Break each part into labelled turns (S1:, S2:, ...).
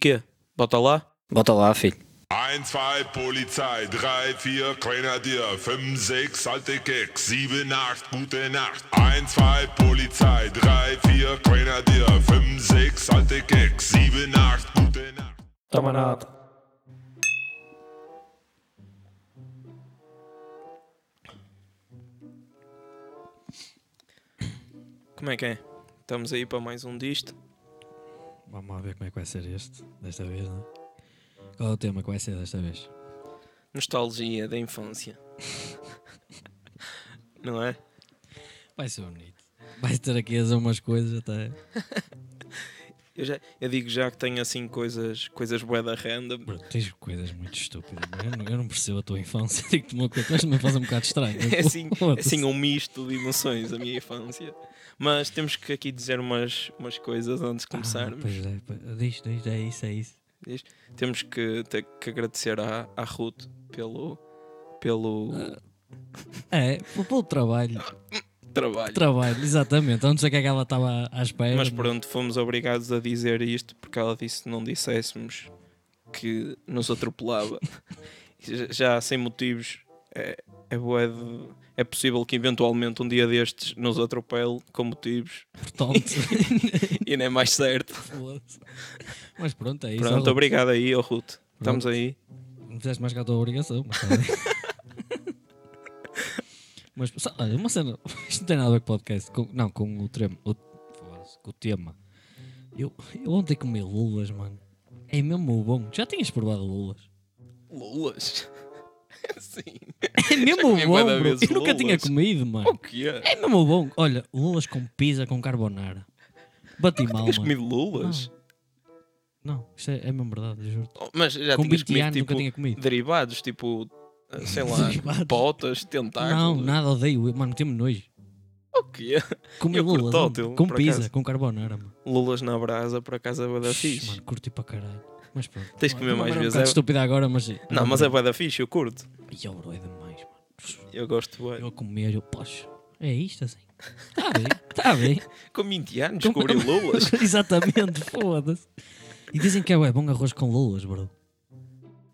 S1: quê? Bota lá.
S2: Bota lá, filho.
S3: 1, 2, Polizei, 3, 4, Grenadier, 5, 6, alte Keck, 7, 8, gute Nacht. 1, 2, Polizei, 3, 4, Grenadier, 5, 6, alte Keck, 7, 8, gute Nacht.
S4: Toma nada.
S1: Como é que é? Estamos aí para mais um disto.
S5: Vamos lá ver como é que vai ser este, desta vez, não é? Qual é o tema que vai ser desta vez?
S1: Nostalgia da infância. Não é?
S5: Vai ser bonito. Vai ter aqui as umas coisas até.
S1: Eu, já, eu digo já que tenho assim coisas, coisas bué da random.
S5: Bro, tens coisas muito estúpidas. mano. Eu não, eu não percebo a tua infância. Digo-te uma coisa, tu és uma infância um bocado estranha.
S1: É assim, é
S5: Foda-se.
S1: assim um misto de emoções a minha infância. Mas temos que aqui dizer umas, umas coisas antes de
S5: Ah,
S1: começarmos.
S5: pois é, pois- diz, diz, é isso, é isso.
S1: Diz- Temos que, ter que agradecer à, à Ruth pelo, pelo
S5: É, pô- pelo trabalho.
S1: trabalho.
S5: Trabalho, exatamente. Eu não sei o que é que ela estava à espera.
S1: Mas pronto, fomos obrigados a dizer isto porque ela disse que não dissessemos que nos atropelava. Já- Já sem motivos, é, é, bué de- é possível que eventualmente um dia destes nos atropele com motivos
S5: Portanto,
S1: e nem é mais certo.
S5: foda-se. mas pronto, é isso.
S1: Pronto,
S5: Ela-
S1: obrigado aí, oh Ruth. Estamos aí.
S5: Não fizeste mais que a tua obrigação. Mas, tá bem. Mas, só- olha, uma cena. Isto não tem nada a ver com o podcast. com- não, com o, trem, o, foda-se, com o tema. Eu, eu ontem comi lulas, mano. É mesmo bom. Já tinhas provado lulas?
S1: Lulas? Assim, Sim.
S5: É mesmo
S1: comi bué
S5: bom,
S1: da
S5: bro.
S1: vezes
S5: Eu nunca tinha
S1: lulas.
S5: comido, mano.
S1: O que é?
S5: É mesmo bom. Olha, lulas com pizza com carbonara. Bati mal,
S1: Tinhas
S5: mano.
S1: comido lulas?
S5: Ah. Não, isto é, é mesmo verdade, eu juro-te.
S1: Oh, Mas já
S5: Com
S1: tinhas
S5: 20
S1: comido
S5: anos nunca
S1: tipo
S5: tinha comido.
S1: derivados, tipo, ah, sei lá,
S5: Derivados?
S1: botas, tentáculos.
S5: Não, nada odeio. eu- Mano, temos nojo.
S1: O que é?
S5: Comi
S1: Eu curto
S5: lulas,
S1: ótimo,
S5: mano, com
S1: por
S5: pizza,
S1: acaso.
S5: com carbonara, mano.
S1: Lulas na brasa para casa bué da
S5: Shhh,
S1: fixe.
S5: Mano, curti para caralho. Mas pronto.
S1: Tens de comer
S5: Mano,
S1: mais
S5: era
S1: vezes,
S5: Um bocado
S1: é?
S5: estúpido agora, mas.
S1: Não, mas é bué da fixe, eu curto.
S5: E eu é demais, mano.
S1: Eu gosto bué.
S5: Eu a comer, eu. Poxa, é isto assim? Está bem, está bem.
S1: Com 20 anos descobri lulas.
S5: Exatamente, foda-se. E dizem que é ué, bom arroz com lulas, bro.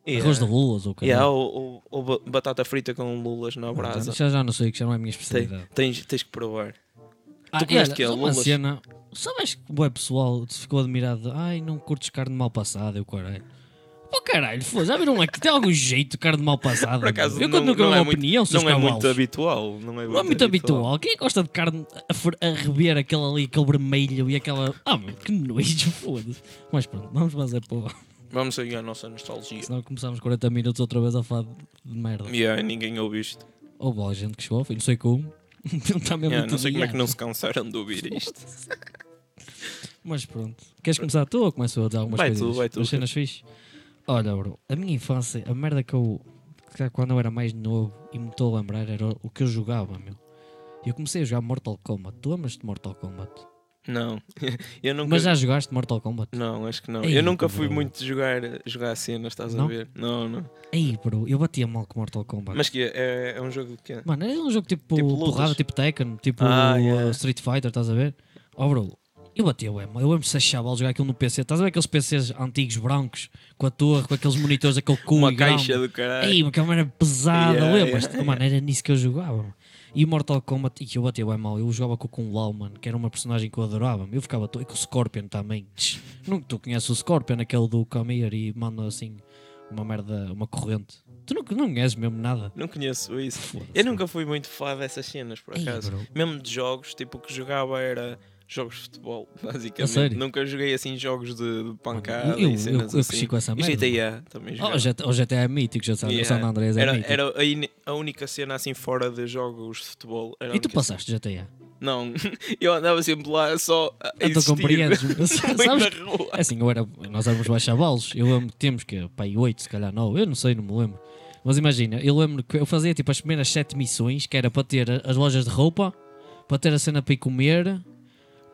S1: Yeah.
S5: Arroz de lulas ou
S1: Yeah,
S5: caralho.
S1: ou, ou- ou ba- batata frita com lulas na
S5: Pronto,
S1: brasa.
S5: Já, já não sei, que já não é a minha
S1: Tem-
S5: especialidade.
S1: tens, tens que provar.
S5: Ah,
S1: Tu é comeste
S5: olha,
S1: quê?
S5: só uma
S1: Lulas?
S5: cena. Sabes que o pessoal se ficou admirado? de, Ai, não curtes carne mal passada, eu caralho. Pô, caralho, foda já viram aqui? Tem algum jeito de carne mal passada?
S1: Por acaso,
S5: meu? eu
S1: não,
S5: quando nunca
S1: não
S5: dou
S1: é
S5: uma opinião,
S1: muito,
S5: seus
S1: não é muito
S5: cavalos.
S1: habitual. Não é muito,
S5: Não é muito habitual. Quem é que gosta de carne a, fer- a rever aquele ali, aquele vermelho e aquela. Ah, meu, que nojo, foda-se. Mas pronto, vamos fazer porra.
S1: Vamos seguir a nossa nostalgia.
S5: Senão começamos 40 minutos outra vez a falar de merda.
S1: Yeah, ninguém ouve isto.
S5: Ou boa, gente que chegou, foi, não sei como. Não está mesmo
S1: Yeah,
S5: a
S1: não sei como é que
S5: tediar.
S1: não se cansaram de ouvir isto.
S5: Mas pronto. Queres começar tu ou começo eu a dizer algumas
S1: Vai tu,
S5: coisas?
S1: vai tu.
S5: Umas cenas fixe? Olha, bro, a minha infância, a merda que eu. que já Quando eu era mais novo e me estou a lembrar era o que eu jogava, meu. Eu comecei a jogar Mortal Kombat. Tu amas-te Mortal Kombat?
S1: Não. Eu nunca...
S5: Mas já jogaste Mortal Kombat?
S1: Não, acho que não.
S5: Ei,
S1: eu nunca fui
S5: bro.
S1: muito jogar, jogar cenas, estás a
S5: Não?
S1: ver? Não, não.
S5: Aí, bro, eu batia mal com Mortal Kombat.
S1: Mas que é, é um jogo que é.
S5: Mano, era um jogo tipo,
S1: Tipo lutas.
S5: porrada, tipo Tekken, tipo
S1: Ah,
S5: uh,
S1: yeah.
S5: Street Fighter, estás a ver? Oh, bro, eu batia o emo. Eu lembro-me de se achava ao jogar aquilo no PC. Estás a ver aqueles PCs antigos, brancos, com a torre, com aqueles monitores, aquele cu
S1: Uma
S5: e
S1: caixa
S5: grande.
S1: do caralho.
S5: Ei, uma câmera pesada,
S1: Yeah,
S5: lembras-te?
S1: yeah,
S5: Mano, era nisso que eu jogava. mano. E o Mortal Kombat, e eu batia bem mal. Eu jogava com o Kung Lao, mano, que era uma personagem que eu adorava. mano. Eu ficava todo. E com o Scorpion também. Tch, Não, tu conheces o Scorpion, aquele do Kamir e manda assim uma merda, uma corrente. Tu não, não conheces mesmo nada.
S1: Não conheço isso.
S5: Foda-se,
S1: Eu nunca fui muito fã dessas cenas, por
S5: Ei,
S1: acaso.
S5: bro.
S1: Mesmo de jogos, tipo, o que jogava era jogos de futebol, basicamente.
S5: sério?
S1: Nunca joguei assim jogos de, de pancada
S5: eu- eu-
S1: e cenas
S5: eu
S1: assim.
S5: cresci com essa
S1: E
S5: merda.
S1: GTA também
S5: Oh,
S1: jogava.
S5: o GTA o GTA é mítico, já sabe.
S1: Yeah.
S5: O San Andreas é
S1: era,
S5: mítico.
S1: era a, in- a única cena assim fora de jogos de futebol. Era a
S5: E tu
S1: única
S5: passaste GTA?
S1: cena. Não, eu andava sempre lá só a
S5: Ah, tu
S1: existir.
S5: compreendes.
S1: Fui
S5: Sabes?
S1: na rua.
S5: É Assim, eu era, nós éramos baixavalos. Eu lembro que temos que, pá, 8, se calhar 9, eu não sei, não me lembro. Mas imagina, eu lembro que eu fazia tipo as primeiras 7 missões, que era para ter as lojas de roupa, para ter a cena para ir comer,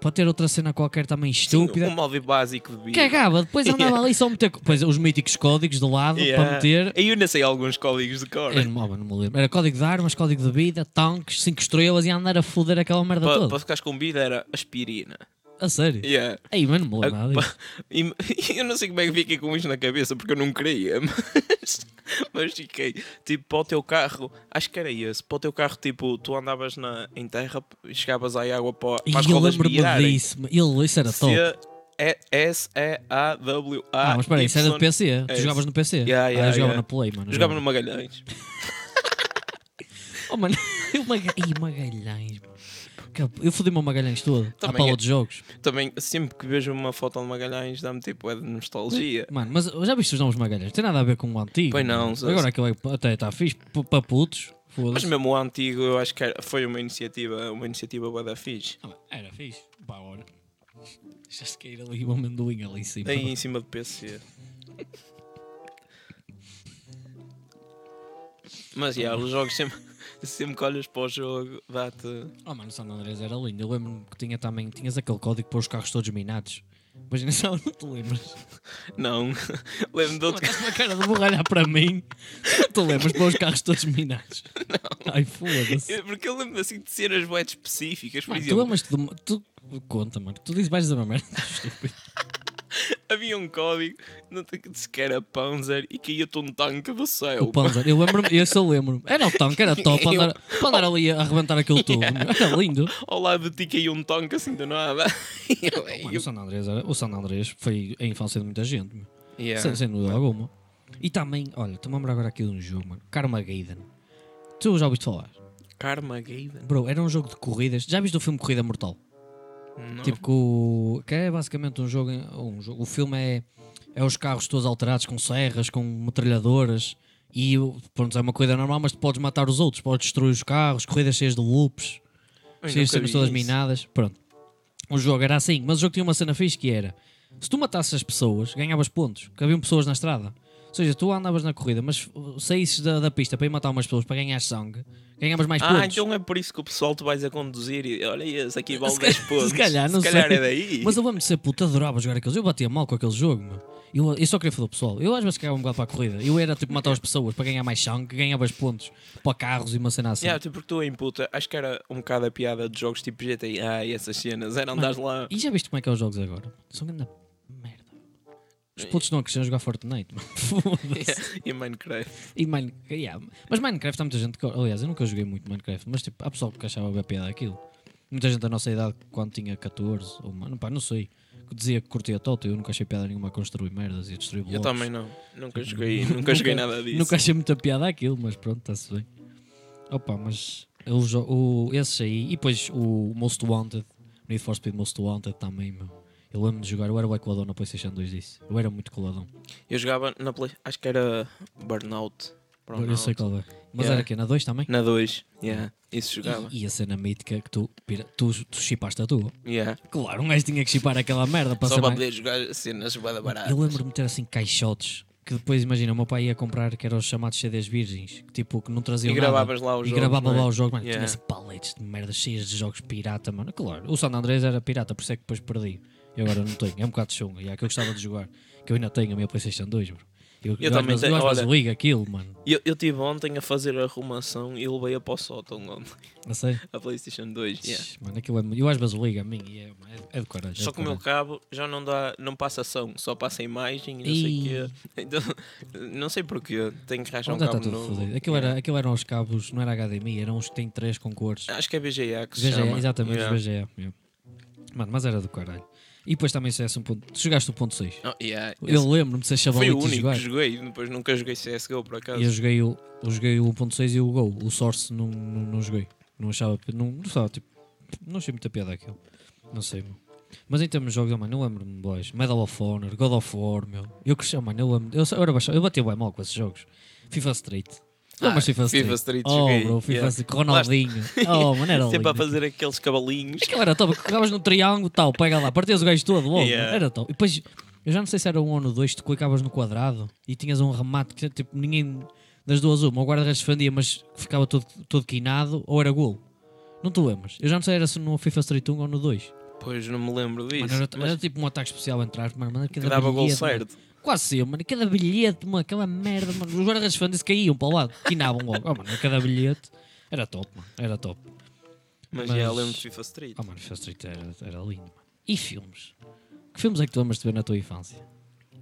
S5: para ter outra cena qualquer também estúpida.
S1: Um molde básico de vida.
S5: Cagava, depois andava
S1: Yeah.
S5: ali só a meter co- pois, os míticos códigos de lado para meter. É
S1: E eu nem sei alguns códigos de cor. né?
S5: Eu não, não me lembro. Era código de armas, código de vida, tanques, 5 estrelas e andar a foder aquela merda
S1: Para
S5: toda.
S1: pa ficares com vida era aspirina.
S5: A sério?
S1: Yeah.
S5: Ei, mas não me lembro
S1: Ah,
S5: nada
S1: pá,
S5: disso.
S1: E, e eu não sei como é que fiquei com isto na cabeça, porque eu não queria, mas, mas fiquei. Tipo, para o teu carro, acho que era esse. Para o teu carro, tipo, tu andavas na, em terra e chegavas aí água para,
S5: E
S1: para as
S5: eu
S1: rodas é,
S5: lembro-me
S1: virarem.
S5: disso. mas Ele, isso era top.
S1: C-E-S-E-A-W-A.
S5: Ah, mas espera aí, isso era de PC.
S1: É
S5: tu jogavas
S1: isso.
S5: no PC?
S1: Yeah, yeah,
S5: ah, eu jogava
S1: yeah.
S5: na Play, mano. eu
S1: Jogava no Magalhães.
S5: Oh, mano, eu Maga... Ih, Magalhães, mano. Que- Eu fodi-me ao Magalhães todo. à
S1: Também
S5: pala
S1: é.
S5: de jogos.
S1: Também, sempre que vejo uma foto de Magalhães, dá-me tipo, é de nostalgia.
S5: Mano, mas oh, já viste os nomes Magalhães? Não tem nada a ver com o antigo.
S1: Pois não,
S5: mano.
S1: só-
S5: Agora aquilo é, até está fixe. p- Para putos.
S1: Mas
S5: Foda-se.
S1: mesmo o antigo, eu acho que era- foi uma iniciativa, uma iniciativa bué da fixe.
S5: Ah, Era fixe. Pá, olha. Deixaste cair ali um amendoim ali em cima.
S1: Aí em cima do PC. Mas, yeah, os jogos sempre, sempre que olhas para o jogo, dá-te...
S5: Oh, mano, San Andrés era lindo. Eu lembro-me que tinha também. Tinhas aquele código para os carros todos minados. Imagina só, não te lembras?
S1: Não, lembro de
S5: Mano,
S1: outro
S5: Estás uma cara de burro a olhar para mim. Não te lembras para os carros todos minados? Não. Ai, foda-se.
S1: Eu- Porque eu lembro assim de cenas bué específicas, por
S5: Mano, Ah, tu
S1: exemplo,
S5: amas tudo. Tu... Conta, mano. Tu dizes mais uma merda. estúpido.
S1: havia um código não te- que disse que era Panzer e caía-te um tanque do céu.
S5: o Panzer. Eu lembro-me. Esse eu lembro-me. Era o tanque, era top. Para andar, para andar ali a arrebentar aquele tubo. meu. Era lindo.
S1: Ao lado de ti caía um tanque assim do nada. E eu-
S5: Mano, o San Andrés, era- o San Andrés foi a infância de muita gente. meu.
S1: eu- Yeah.
S5: Sem, sem dúvida alguma. E também, olha, estou-me a lembrar agora aqui de um jogo, mano. Carmageddon. Tu já ouviste falar?
S1: Carmageddon?
S5: Bro, era um jogo de corridas. Já viste o filme Corrida Mortal?
S1: Não.
S5: Tipo que, o, que é basicamente um jogo, em- um jogo. O filme é, é os carros todos alterados com serras, com metralhadoras. E o- pronto, é uma corrida normal, mas tu podes matar os outros, podes destruir os carros, corridas cheias de loops,
S1: Ai,
S5: cheias de
S1: nunca
S5: cenas
S1: vi
S5: todas
S1: isso.
S5: minadas. Pronto. O jogo era assim, mas o jogo tinha uma cena fixe que era: se tu matasses as pessoas, ganhavas pontos, que haviam pessoas na estrada. Ou seja, tu andavas na corrida, mas uh, saísses da, da pista para ir matar umas pessoas para ganhar sangue, ganhavas mais
S1: Ah,
S5: pontos.
S1: então é por isso que o pessoal tu vais a conduzir e olha esse aqui vale
S5: Se
S1: 10
S5: calhar-
S1: pontos.
S5: se calhar, não
S1: Se calhar
S5: sei.
S1: é daí.
S5: Mas eu lembro de ser puto, adorava jogar aqueles. Eu batia mal com aquele jogo, meu. Eu, eu só queria foder o pessoal. Eu às vezes cagava um bocado para a corrida. Eu era tipo matar as pessoas para ganhar mais sangue, ganhava os pontos para carros e uma cena assim.
S1: Yeah, tipo, porque tu em puta, acho que era um bocado a piada de jogos tipo GTA e essas cenas. Era andares lá.
S5: E já viste como é que é os jogos agora? São grande merda. Os putos não cresceram a jogar Fortnite, mano. Foda-se.
S1: e Minecraft.
S5: E Mine- yeah, Mas Minecraft há muita gente que. Aliás, eu nunca joguei muito Minecraft, mas tipo, há pessoal que achava bem piada aquilo. Muita gente da nossa idade, quando tinha 14, ou uma- não, pá, não sei, que dizia que curtia Toto, eu nunca achei piada nenhuma a construir merdas e a destruir blocos.
S1: Eu também não. Nunca joguei, nunca joguei nada disso.
S5: Nunca achei muita piada aquilo, mas pronto, está-se bem. Opa, mas eu jo- o, esses aí, e depois o Most Wanted, Need for Speed Most Wanted também, meu. Eu lembro de jogar, eu era o coladão na PlayStation 2 disso. Eu era muito coladão.
S1: Eu jogava na Play. Acho que era Burnout.
S5: eu
S1: Burnout.
S5: sei qual é. Mas
S1: Yeah.
S5: era aqui, na 2 também?
S1: Na 2. Yeah, isso jogava.
S5: E, e a cena mítica que tu, pira- tu, tu chipaste a tua.
S1: Yeah.
S5: Claro, um gajo tinha que chipar aquela merda para
S1: Só
S5: ser
S1: para
S5: mais-
S1: poder jogar cenas bué da baratas.
S5: Eu lembro-me de ter assim caixotes que depois, imagina, o meu pai ia comprar que eram os chamados CDs virgens, que tipo, que não traziam
S1: E
S5: nada.
S1: gravavas lá os
S5: E
S1: jogos,
S5: gravava
S1: não é?
S5: lá os jogos, mano.
S1: Yeah.
S5: Tinha-se paletes de merda cheias de jogos pirata, mano. Claro, o San Andrés era pirata, por isso é que depois perdi. E agora não tenho, é um bocado chunga. E há que eu gostava de jogar, que eu ainda tenho a minha PlayStation 2, bro. Eu, eu
S1: também
S5: às vezes-
S1: tenho,
S5: Eu às vezes
S1: olha.
S5: ligo aquilo, mano.
S1: Eu, eu tive ontem a fazer a um arrumação e levei-a para o sótão ontem.
S5: Não sei.
S1: A PlayStation 2. Yeah.
S5: Mano, aquilo é. Eu às vezes ligo a mim e é, é do caralho. é
S1: Só
S5: do
S1: que o meu
S5: caralho.
S1: cabo já não dá, não passa ação, só passa imagem e não sei o quê. Então, não sei porquê, tenho que arranjar um
S5: Onde está
S1: cabo
S5: tá tudo
S1: novo.
S5: fodido? Aquilo, era, aquilo eram os cabos, não era HDMI, eram os que têm três com cores.
S1: Acho que é BGA que se
S5: VGA,
S1: chama.
S5: exatamente,
S1: Yeah.
S5: VGA. yeah. Mano, mas era do caralho. E depois também CS um ponto. Tu jogaste o ponto 6.
S1: Oh, yeah. Esse
S5: Eu lembro-me de ser
S1: Foi
S5: chavalito
S1: o
S5: de
S1: único
S5: jogar.
S1: que joguei, depois nunca joguei CSGO por acaso.
S5: E eu joguei o, eu joguei o 1.6 e o Gol. O Source não, não, não joguei. Não achava. Não, não estava tipo. Não achei muita piada aquilo. Não sei, meu. Mas em termos de jogos, oh, mano, eu lembro-me de boys. Medal of Honor, God of War, meu. Eu cresci, oh, mano, eu lembro. Eu, só- eu, era baixo- eu bati bem mal com esses jogos. FIFA Street. Não,
S1: Ah,
S5: mas FIFA Street.
S1: FIFA Street
S5: oh,
S1: joguei,
S5: bro, FIFA
S1: yeah.
S5: Street. Ronaldinho. Oh, mano, era
S1: Sempre a
S5: lindo.
S1: fazer aqueles cavalinhos.
S5: Aquilo era top, clicavas no triângulo, tal, pega lá, partias o gajo todo, logo,
S1: Yeah.
S5: era top. E depois, eu já não sei se era um ou no dois, tu clicavas no quadrado e tinhas um remate que tipo, ninguém das duas uma, o guarda-redes defendia, mas ficava todo, todo quinado, ou era gol. Não te lembras? Eu já não sei era se no FIFA Street 1 ou no 2.
S1: Pois não me lembro disso.
S5: Mano, era,
S1: mas
S5: era tipo um ataque especial entre aspas, mano, mano,
S1: que
S5: cada
S1: dava gol
S5: bilhete, mano.
S1: certo.
S5: Quase sempre, mano, cada bilhete, mano, aquela merda, mano. Os guarda-redes defendia-se caíam para o lado, quinavam logo. Oh, mano, cada bilhete era top, mano, era top.
S1: Mas,
S5: Mas-
S1: já lembro de FIFA Street.
S5: Oh, Ah, mano, Fast Street era, era lindo, mano. E filmes? Que filmes é que tu amas de ver na tua infância?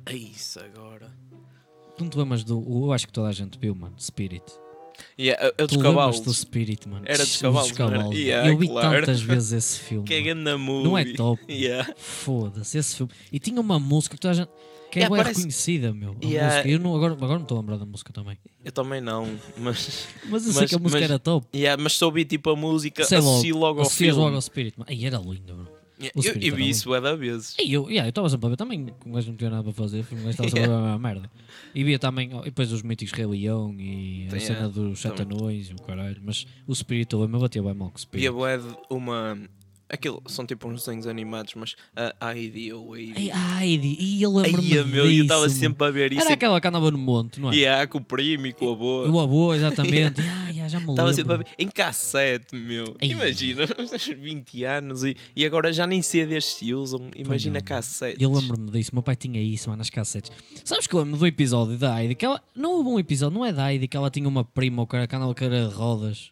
S1: É isso agora.
S5: Tu não te amas do. Eu acho que toda a gente viu, mano. Spirit.
S1: Yeah, é- é o
S5: Tu
S1: dos
S5: lembras
S1: cavalos.
S5: do Spirit, mano.
S1: Era dos
S5: Os
S1: cavalos, não era?
S5: cavalos,
S1: Yeah,
S5: Eu vi
S1: claro.
S5: tantas vezes esse filme.
S1: Que é
S5: mano.
S1: grande movie.
S5: Não é top.
S1: Yeah.
S5: Foda-se, esse filme. E tinha uma música que toda a gente. Que é
S1: Yeah,
S5: bué
S1: parece-
S5: reconhecida, meu. A
S1: Yeah.
S5: música. Eu não, agora, agora não estou a lembrar da música também.
S1: Eu também não, mas.
S5: Mas eu sei
S1: Mas-
S5: que a música
S1: mas-
S5: era top.
S1: Yeah, mas só ouvi tipo a música,
S5: Sei logo.
S1: associo logo ao
S5: associas
S1: filme.
S5: logo ao Spirit, mano. Aí era lindo, bro.
S1: Yeah,
S5: o
S1: eu, eu
S5: Spirit era
S1: vi isso bué da vezes.
S5: E eu yeah, eu estava sempre a ver também, como um gajo não tinha nada para fazer, um gajo estava sempre a ver a merda. E via também, oh, e depois os míticos Rei Leão e a
S1: Tem,
S5: cena
S1: é,
S5: dos
S1: também.
S5: Satanões e o caralho, mas o Spirit, eu me batia bem mal com o Spirit.
S1: Via é bué de uma. Aquilo são tipo uns desenhos animados, mas a a ID ou a
S5: Ei,
S1: ID.
S5: ai, di- e eu lembro-me
S1: Ai, meu, eu estava
S5: disso, mano.
S1: sempre a ver isso.
S5: Era aquela que andava no monte, não é?
S1: E yeah, com o primo e com o
S5: E
S1: avô.
S5: O avô, exatamente. Ah, yeah, já me lembro.
S1: Estava sempre a ver. Em cassete, meu.
S5: Ai.
S1: Imagina, 20 anos e, e agora já nem CDs se usam. um, Imagina
S5: não.
S1: cassete.
S5: Eu lembro-me disso, meu pai tinha isso, mano, nas cassetes. Sabes que eu lembro do episódio da Heidi, que ela... Não houve um episódio, não é da Heidi, que ela tinha uma prima, ou que era que andava que era rodas.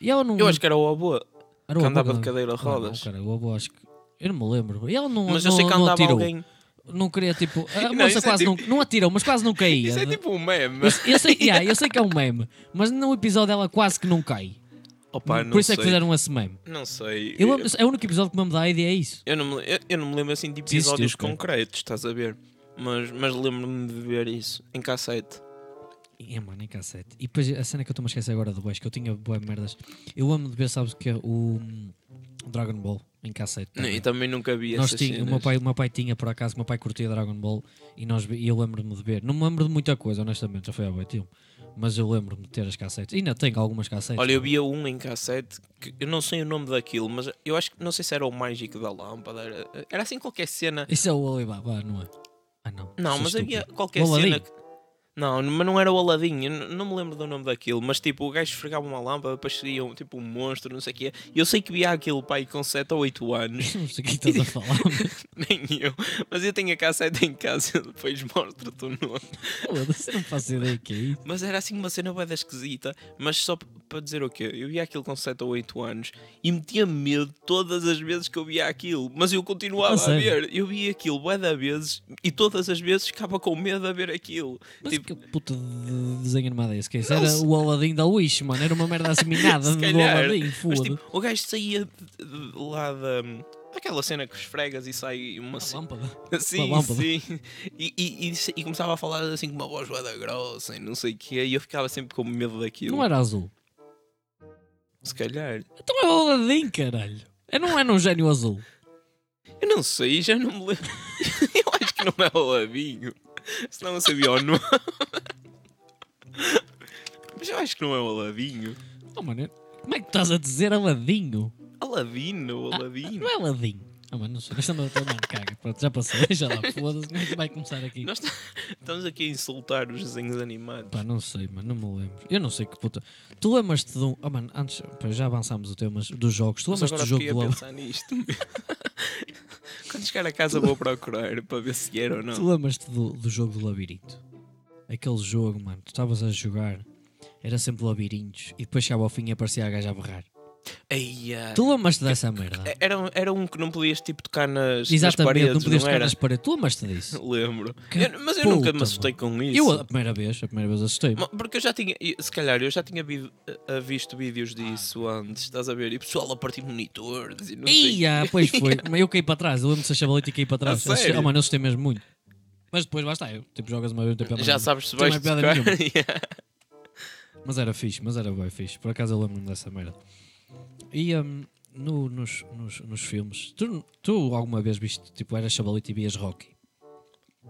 S5: E ela não...
S1: Eu acho que era o avô.
S5: era
S1: que
S5: o avô
S1: andava de
S5: que-
S1: cadeira de
S5: Ah, não,
S1: rodas.
S5: cara, o avô acho que... Eu não me lembro. E ela não
S1: Mas
S5: não,
S1: eu sei que
S5: não
S1: andava
S5: atirou.
S1: alguém.
S5: Não queria, tipo... A
S1: Não,
S5: moça
S1: isso é
S5: quase
S1: tipo-
S5: não... Não atirou, mas quase não caía.
S1: Isso é tipo um meme.
S5: eu, eu sei, yeah, eu sei que é um meme, mas no episódio ela quase que não cai.
S1: Opa, não
S5: Por isso é
S1: sei.
S5: que fizeram esse meme.
S1: Não sei.
S5: Eu lembro- é o único episódio que me lembro da Heidi, é isso.
S1: Eu não, me, eu, eu não me lembro assim de
S5: Desistiu,
S1: episódios
S5: cara.
S1: concretos, estás a ver? Mas, mas lembro-me de ver isso em cassete.
S5: É, mano, em cassete. E depois a cena que eu estou-me a esquecer agora do Boys, que eu tinha boas merdas. Eu amo de ver, sabes o que é? O hum, Dragon Ball em cassete. também.
S1: E também nunca vi
S5: Nós
S1: essas
S5: tinha, o, meu
S1: cenas.
S5: pai, o meu pai tinha, por acaso, que o meu pai curtia Dragon Ball e, nós, vi- e eu lembro-me de ver. Não me lembro de muita coisa, honestamente, já foi há boi tempo. Mas eu lembro-me de ter as cassetes. Ainda tenho algumas cassetes.
S1: Olha, eu via um em cassete, que eu não sei o nome daquilo, mas eu acho que não sei se era o mágico da lâmpada, era, era assim qualquer cena.
S5: Isso é o Alibaba, ah, não é? Ah, não.
S1: Não,
S5: Sou
S1: mas
S5: estúpido.
S1: havia qualquer
S5: O Aladim?
S1: cena que. Não, mas não era o Aladim, eu n- não me lembro do nome daquilo, mas tipo, o gajo esfregava uma lâmpada, depois seria um, tipo um monstro, não sei o quê. E eu sei que via aquilo, pai, com 7 ou 8 anos,
S5: Não sei o que estás a falar. mas
S1: nem eu, mas eu tenho a cassete em casa, eu depois mostro-te o nome.
S5: Foda-se, não faço ideia que é isso.
S1: Mas era assim uma cena bem esquisita. Mas só p- para dizer o quê? Eu via aquilo com 7 ou 8 anos e metia medo todas as vezes que eu via aquilo. Mas eu continuava
S5: A
S1: a,
S5: sério?
S1: ver. Eu via aquilo bué da vezes e todas as vezes ficava com medo a ver aquilo. Tipo,
S5: Mas que puta de desenho animado é esse? Que é esse?
S1: Não
S5: Era
S1: sei.
S5: o Aladdin da Wish, mano. Era uma merda asseminada
S1: se
S5: do
S1: calhar.
S5: Aladdin,
S1: Mas
S5: foda-se.
S1: tipo, o gajo saía de- de- lá da. Daquela cena que esfregas e sai uma
S5: Uma
S1: cena.
S5: lâmpada.
S1: Sim,
S5: lâmpada.
S1: sim. E, e, e se- e começava a falar assim com uma voz bué da grossa e não sei o quê. E eu ficava sempre com medo daquilo.
S5: Não Então era azul.
S1: Se calhar.
S5: Então é o Aladdin, caralho. Eu não era um gênio azul.
S1: Eu não sei, já não me lembro. eu acho que não é o Lavinho. Senão eu sabia o nome. Mas eu acho que não é o Alavinho.
S5: Oh, mano, eu- como é que estás a dizer Aladinho?
S1: Alavino, ou Alavinho.
S5: Não é Aladdin. Ah, mano, não sei. Deixa-me a tua mão, caga. Pronto, já passou. Deixa lá, foda-se. Como é que vai começar aqui?
S1: Nós t- estamos aqui a insultar os desenhos animados.
S5: Pá, não sei, mano, não me lembro. Eu não sei que puta. Tu lembras-te de um. Oh, mano, antes. pá, já avançámos o tema mas dos jogos. Tu
S1: Mas
S5: lembras-te
S1: agora
S5: do jogo
S1: fiquei a
S5: do Aladdin?
S1: pensar nisto. Quando chegar a casa vou procurar para ver se era ou
S5: Tu
S1: não.
S5: lembras-te do, do jogo do labirinto? Aquele jogo, mano, tu estavas a jogar, era sempre labirintos, e depois chegava ao fim e aparecia a gaja a berrar.
S1: Eia.
S5: Tu lembras-te dessa merda?
S1: Era, um- era um que não podias tipo tocar nas, nas
S5: Exatamente,
S1: paredes,
S5: não
S1: não,
S5: podias tocar
S1: era?
S5: nas paredes. Tu lembras-te disso?
S1: Lembro.
S5: Que
S1: Eu- mas eu nunca me
S5: puta,
S1: assustei com isso.
S5: Eu, a primeira vez, a primeira vez assustei.
S1: Ma- Porque eu já tinha, e- se calhar, eu já tinha vi- a- a visto vídeos disso antes, estás a ver? E pessoal a partir de monitores e não sei.
S5: Ia, pois foi. Mas eu caí para trás, eu lembro-me de ser chavalito e caí para trás. Eu assustei-
S1: sério?
S5: Oh, mano, eu assustei mesmo muito. Mas depois, lá está, eu, tipo, jogas uma vez, não tem piada
S1: Já
S5: nenhuma.
S1: sabes se
S5: Tem
S1: vais
S5: mais
S1: tocar.
S5: piada nenhuma.
S1: Yeah.
S5: Mas era fixe, mas era bem fixe. Por acaso eu lembro-me dessa merda. E hum, no- nos, nos, nos filmes, tu, tu alguma vez viste, tipo, eras chavalito e vias Rocky?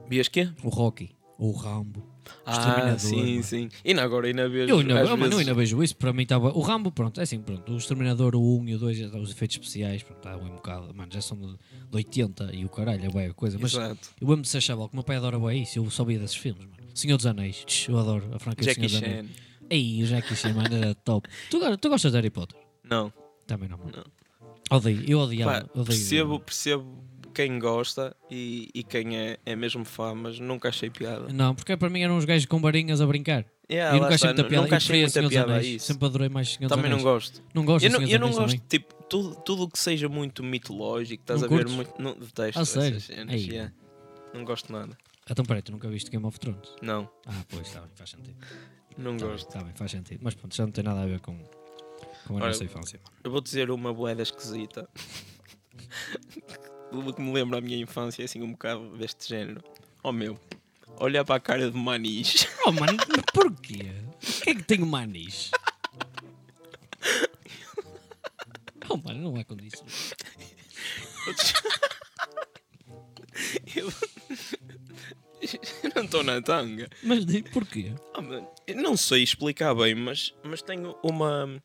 S1: Vias quê?
S5: O Rocky, ou o Rambo.
S1: Ah,
S5: Exterminador,
S1: sim,
S5: mano.
S1: sim. E na agora ainda vejo.
S5: Eu ainda,
S1: às
S5: eu, mano, eu
S1: vezes-
S5: ainda vejo isso, para mim estava. O Rambo, pronto, é assim, pronto. O Exterminador, o 1 e o 2, já está os efeitos especiais, pronto, está um bocado. Mano, já são de, de 80 e o caralho, é boa coisa. Mas
S1: Exato.
S5: eu amo de ser chaval, que o meu pai adora bem isso, eu sabia desses filmes, mano. Senhor dos Anéis, tch, eu adoro a franquia do
S1: Jackie
S5: Senhor dos Anéis.
S1: Chan.
S5: Ei, o Jackie Chan, mano, era top. Tu, go- tu gostas de Harry Potter?
S1: Não.
S5: Também não, mano.
S1: Não.
S5: Odeio, eu odiava.
S1: Pá,
S5: odeio,
S1: percebo, percebo quem gosta e, e quem é, é mesmo fã, mas nunca achei piada.
S5: Não, porque para mim eram uns gajos com varinhas a brincar.
S1: Yeah, Ah,
S5: eu
S1: lá
S5: nunca achei
S1: está,
S5: muita
S1: nu-
S5: piada.
S1: Nunca
S5: eu
S1: achei
S5: preferia
S1: muita
S5: Senhor dos
S1: piada a
S5: Anéis.
S1: isso.
S5: Sempre adorei mais Senhor dos
S1: Também
S5: Anéis.
S1: não gosto.
S5: Não gosto
S1: Eu
S5: de
S1: não,
S5: Senhor dos
S1: eu não
S5: Anéis
S1: gosto,
S5: também?
S1: tipo, tudo, tudo o que seja muito mitológico, estás
S5: Não
S1: a ver
S5: curtes?
S1: muito. Não, detesto
S5: Ah, sério?
S1: essas cenas.
S5: Ei.
S1: yeah. Não gosto nada.
S5: Então peraí, tu nunca viste Game of Thrones?
S1: Não,
S5: Ah, pois, está bem, faz sentido.
S1: não
S5: Está bem,
S1: gosto.
S5: tá bem, faz sentido. Mas pronto, já não tem nada a ver com, com a
S1: Ora,
S5: nossa infância.
S1: Eu vou dizer uma boeda esquisita. Tudo que me lembra a minha infância é assim um bocado deste género. Oh meu, olhar para a cara de manis.
S5: Oh, mano, porquê? Porquê é que tenho manis? Oh, mano, não há condições.
S1: Eu eu não estou na tanga.
S5: Mas digo, porquê?
S1: Ah, mano, eu não sei explicar bem, mas, mas tenho uma,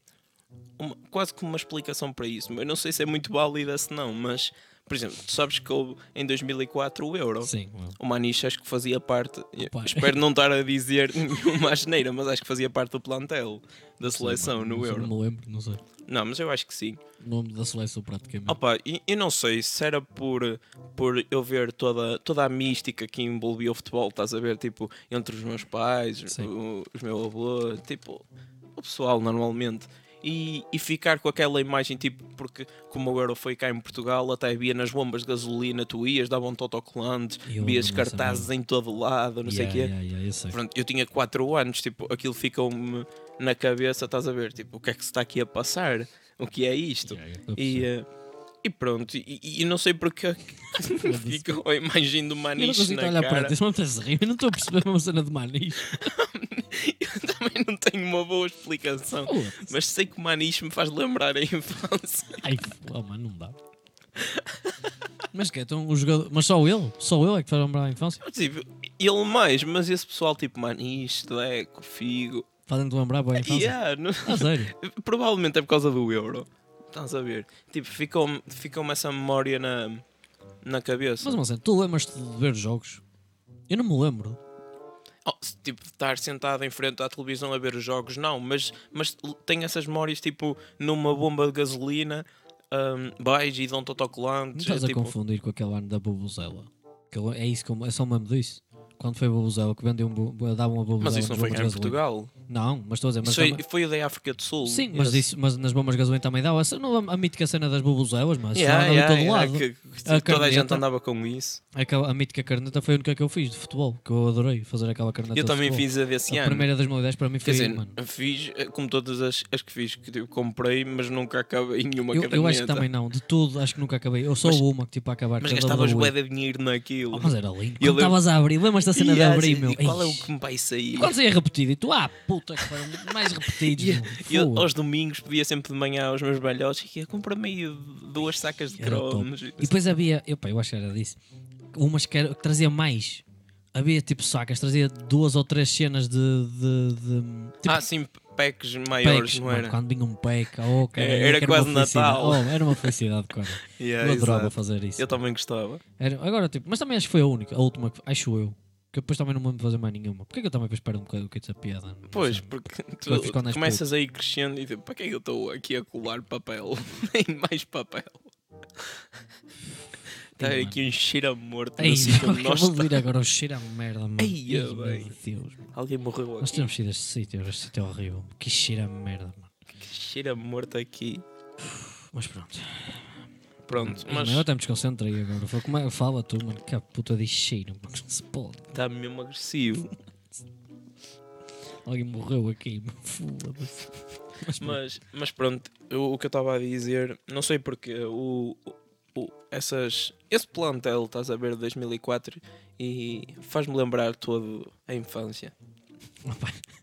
S1: uma- quase que uma explicação para isso. Eu não sei se é muito válida se não, mas por exemplo, tu sabes que houve em 2004 o Euro.
S5: Sim, well,
S1: O Maniche acho que fazia parte. eu
S5: Opa.
S1: Espero não estar a dizer nenhuma asneira, mas acho que fazia parte do plantel da seleção
S5: não
S1: no
S5: sei,
S1: Euro.
S5: Não me lembro, não sei.
S1: Não, mas eu acho que sim.
S5: O nome da seleção praticamente.
S1: Opa, e- eu não sei se era por, por eu ver toda, toda a mística que envolvia o futebol, estás a ver? Tipo, entre os meus pais,
S5: Sim.
S1: o- os meus avôs, tipo, o pessoal normalmente. E, e ficar com aquela imagem, tipo, porque como o Euro foi cá em Portugal, até via nas bombas de gasolina, tu ias, davam-te autocolantes,
S5: Eu
S1: vias
S5: lembro-me dessa
S1: cartazes em todo lado, não sei o
S5: Yeah,
S1: quê.
S5: yeah, yeah, eu sei.
S1: Pronto, eu tinha 4 anos, tipo, aquilo ficou-me na cabeça, estás a ver? Tipo, o que é que se está aqui a passar? O que é isto?
S5: Yeah, yeah, eu
S1: E,
S5: percebo.
S1: eh, e pronto, e, e- e não sei porque ficou a imagem do
S5: eu não
S1: Maniche
S5: consigo
S1: na
S5: olhar para
S1: cara.
S5: ti, isso não estás a rir, eu não estou a perceber uma cena de manis.
S1: Eu também não tenho uma boa explicação.
S5: Foda-se.
S1: Mas sei que o Maniche me faz lembrar a infância.
S5: Ai, oh, mano, não dá. Mas que é, então o jogador. Mas só ele? Só ele é que faz lembrar a infância?
S1: Tipo, ele mais, mas esse pessoal tipo Maniche, Deco, Figo.
S5: Fazem-te lembrar bem a infância?
S1: Yeah, não-
S5: Ah, sério?
S1: Provavelmente é por causa do euro. Estás a ver? Tipo, ficou-me ficou essa memória na, na cabeça.
S5: Mas, mas tu lembras-te de ver jogos? Eu não me lembro.
S1: Oh, se, tipo, estar sentado em frente à televisão a ver os jogos, não. Mas, mas tenho essas memórias, tipo, numa bomba de gasolina, um, baixo e dão
S5: Não
S1: autocolantes.
S5: estás
S1: é
S5: a
S1: tipo,
S5: confundir com aquele ano da Bubuzela. Que eu- é isso que eu, eu só me lembro disso. Quando foi a Bubuzela que vendeu um bu- dava uma Bubuzela.
S1: mas isso não
S5: nas
S1: foi
S5: bombas
S1: cá em
S5: um de gasolina.
S1: Portugal.
S5: Não, mas estou a dizer, mas
S1: Isso foi,
S5: também-
S1: foi o da África do Sul.
S5: Sim, mas,
S1: Esse-
S5: isso, mas nas bombas de gasolina também dava. Eu não a mítica cena das Bubuzelas, mas
S1: Yeah,
S5: isso andava
S1: yeah,
S5: de todo
S1: yeah,
S5: lado.
S1: que- que
S5: A
S1: toda a gente
S5: carneta.
S1: andava com isso.
S5: Aquela, a mítica carneta foi a única que eu fiz de futebol, que eu adorei fazer aquela carneta.
S1: Eu
S5: de
S1: também
S5: futebol.
S1: fiz a desse
S5: A
S1: ano.
S5: primeira das 2010 para mim
S1: Quer
S5: foi,
S1: dizer,
S5: mano.
S1: fiz eh, como todas as, as que fiz, que tipo, comprei, mas nunca acabei em nenhuma
S5: Eu,
S1: caderneta.
S5: eu acho que também não, de tudo, acho que nunca acabei. Eu só
S1: Mas-
S5: uma que tipo a acabar.
S1: Mas
S5: cada
S1: gastavas
S5: dois.
S1: bué de dinheiro naquilo.
S5: Oh, mas era lindo.
S1: E eu
S5: Quando estavas a abrir, lembras da cena
S1: E,
S5: de
S1: ah,
S5: abrir,
S1: sim,
S5: meu?
S1: e qual é o
S5: Ixi.
S1: que me vai sair?
S5: Quando saía repetido, e tu, ah, puta que pariu, mais repetidos.
S1: E eu-
S5: meu.
S1: e eu,
S5: Fogo.
S1: aos domingos pedia sempre de manhã aos meus velhotes e ia comprar meio duas sacas de Assim.
S5: Era o top.
S1: cromos.
S5: E depois havia, eu, pá, eu acho que era disso, umas que, era- que trazia mais. Havia tipo sacas, trazia duas ou três cenas de. de, de- tipo,
S1: ah, sim, packs maiores,
S5: packs,
S1: não
S5: mano,
S1: era?
S5: quando vinha um pack, oh, cara,
S1: É, era
S5: que
S1: quase
S5: uma felicidade.
S1: Natal.
S5: Oh, era uma felicidade, cara.
S1: Yeah,
S5: eu adorava
S1: exato.
S5: fazer isso.
S1: Eu também gostava.
S5: Era- agora, tipo, mas também acho que foi a única, a última, que- acho eu. Que eu depois também não me lembro de fazer mais nenhuma. Porquê que eu também depois paro um bocado o que essa piada? Não
S1: Pois,
S5: sei.
S1: porque
S5: Mas
S1: tu
S5: fiz quando és
S1: começas aí crescendo e tipo, para que é que eu estou aqui a colar papel? Nem mais papel. Está
S5: Sim,
S1: aqui um cheiro a morto
S5: Ei,
S1: no sítio onde
S5: eu
S1: nós
S5: vou
S1: estamos.
S5: vir agora o cheiro à merda, mano.
S1: Ei,
S5: Ei,
S1: eu
S5: meu
S1: bem.
S5: Deus, mano.
S1: Alguém morreu
S5: Nós
S1: aqui.
S5: temos sido este sítio, este sítio é horrível. Que cheiro a merda, mano.
S1: Que cheiro a morto aqui.
S5: Mas pronto.
S1: Pronto, mas
S5: Mas... é Eu até me desconcentrei agora. Foi como é que fala tu, mano? Que a puta de cheiro, mano. Não se pode.
S1: está mesmo agressivo.
S5: Alguém morreu aqui, mano. Foda-se. Mas, pronto.
S1: Mas, mas pronto, eu- o que eu estava a dizer, não sei porque o, o- essas, esse plantel, estás a ver, de 2004 e faz-me lembrar todo a infância.
S5: Opa. Ah,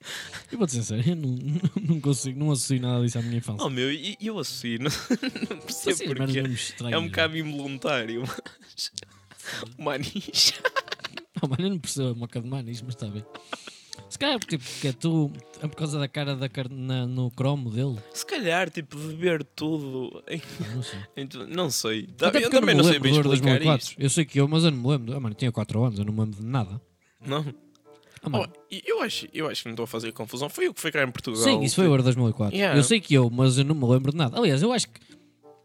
S5: Eu vou dizer sério, eu não, não- não consigo, não associo nada disso à minha infância.
S1: Oh meu, e e eu assino, não percebo
S5: Assim, merdas
S1: porque
S5: mesmo estranhas,
S1: é um
S5: mano.
S1: bocado involuntário, mas. Manis.
S5: Oh, mano, eu não percebo a moca de manis, mas está bem. Se calhar é porque, porque é tu, é por causa da cara da car- na- no cromo dele.
S1: Se calhar, tipo, beber tudo. em-
S5: Pá, Não sei.
S1: em tu- Não sei. Tá-
S5: Até
S1: eu
S5: porque
S1: também não, sei bem
S5: do Euro
S1: explicar
S5: 2004.
S1: isso.
S5: Eu sei que eu, mas eu não me lembro. Ah, mano, eu tinha 4 anos, eu não me lembro de nada.
S1: Não.
S5: Ah, mano,
S1: Oh, e eu, acho, eu acho que não estou a fazer confusão. Foi o que foi cá em Portugal.
S5: sim, isso foi o Euro 2004.
S1: Yeah.
S5: Eu sei que eu, mas eu não me lembro de nada. Aliás, eu acho que,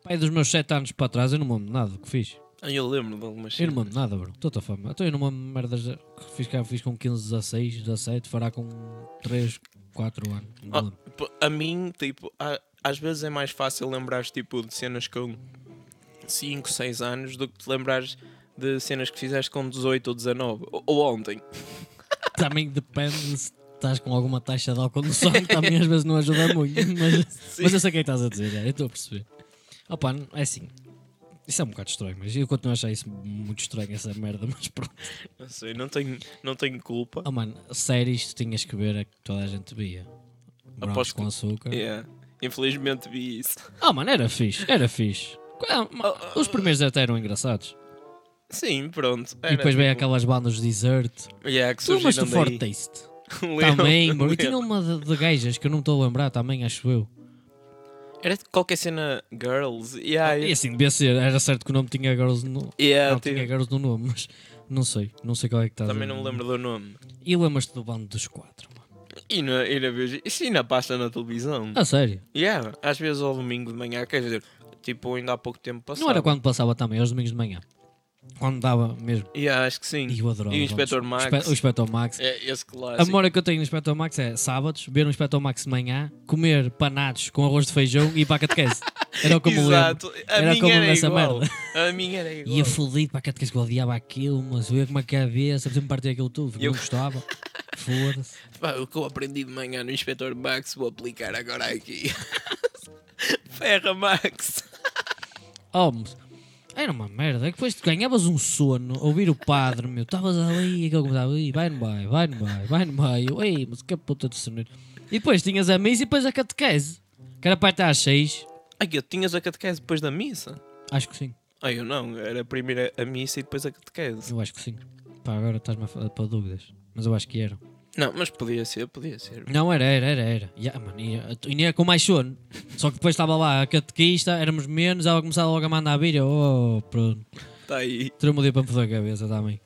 S5: pai, dos meus 7 anos para trás, eu não me lembro de nada do que fiz.
S1: Ah, Eu lembro de algumas
S5: Eu não me lembro de nada, bro. Estou-te a fama. Então eu não me lembro de merdas que fiz, cá, fiz com 15, 16, 17, fará com 3, 4 anos. Não me
S1: Ah,
S5: lembro.
S1: pô, a mim, tipo, há, às vezes é mais fácil lembrares tipo de cenas com 5, 6 anos do que te lembrares de cenas que fizeste com 18 ou 19 ou, ou ontem.
S5: Também depende se estás com alguma taxa de álcool no sangue, também às vezes não ajuda muito. Mas,
S1: Sim.
S5: mas eu sei o que é que estás a dizer, já, eu estou a perceber. Opa, n- é assim. Isso é um bocado estranho, mas eu continuo a achar isso muito estranho, essa merda, mas pronto.
S1: Não sei, não tenho, não tenho culpa.
S5: Oh mano, séries tu tinhas que ver a que toda a gente via. Brancos
S1: Aposto
S5: com
S1: que- é.
S5: açúcar.
S1: Yeah. Infelizmente vi isso.
S5: Ah mano, era fixe, era fixe. Ah, ma- Os primeiros até eram engraçados.
S1: Sim, pronto.
S5: e depois veio aquelas bandas Desert.
S1: Yeah, que
S5: Tu, mas
S1: tipo surgiram
S5: tu forte
S1: daí.
S5: taste.
S1: Lembro,
S5: Também, bro. E
S1: lembro.
S5: tinha uma de, de gajas que eu não estou a lembrar também, acho eu. um-
S1: Era de qualquer cena Girls. Yeah,
S5: E assim, devia ser, era certo que o nome tinha Girls no,
S1: yeah,
S5: não,
S1: tipo,
S5: tinha Girls no nome, mas não sei, não sei qual é que está.
S1: Também não me lembro do nome.
S5: E lembras-te do bando dos quatro, mano.
S1: E na, e na vez, isso ainda passa na televisão.
S5: A sério.
S1: Yeah, às vezes ao domingo de manhã, quer dizer, tipo, ainda há pouco tempo passou.
S5: Não era quando passava também, aos domingos de manhã. Quando dava mesmo.
S1: Yeah, acho que sim.
S5: E eu adorava.
S1: E o
S5: bro.
S1: Inspector Max.
S5: Espe- O Inspector Max.
S1: É, esse clássico.
S5: A memória que eu tenho no Inspector Max é sábados, ver um Inspector Max de manhã, comer panados com arroz de feijão e ir para a catequese. Era o que eu me lembro.
S1: Exato. A
S5: Era
S1: minha
S5: como
S1: era
S5: nessa
S1: igual.
S5: merda.
S1: A minha era
S5: E
S1: igual.
S5: eu fodido para a catequese que eu odiava aquilo, mas eu ia com uma cabeça, por me partir aquilo tudo,
S1: Eu-
S5: não gostava. Foda-se.
S1: Pá, o que eu aprendi de manhã no Inspector Max vou aplicar agora aqui. Ferra Max.
S5: Oh, mas era uma merda. É que depois tu ganhavas um sono, ouvir o padre, meu. Estavas ali e aquilo começava, "Ih, vai não vai, vai não vai, vai não vai. Eu, ei, mas que puta de soneiro. E depois tinhas a missa e depois a catequese. Que era para estar às seis,
S1: Ai, eu tinhas a catequese depois da missa?
S5: acho que sim.
S1: Ai, eu não. Era primeiro a missa e depois a catequese.
S5: Eu acho que sim. Pá, agora estás-me a falar para dúvidas. Mas eu acho que era.
S1: Não, mas podia ser, podia ser.
S5: Não, era, era, era, era. Ya, mano, e, e nem era com mais sono. Só que depois estava lá a catequista, éramos menos, ela começava logo a mandar a vir. eu, Oh, pronto.
S1: Está Tá aí.
S5: Tremulei para me foder a cabeça também.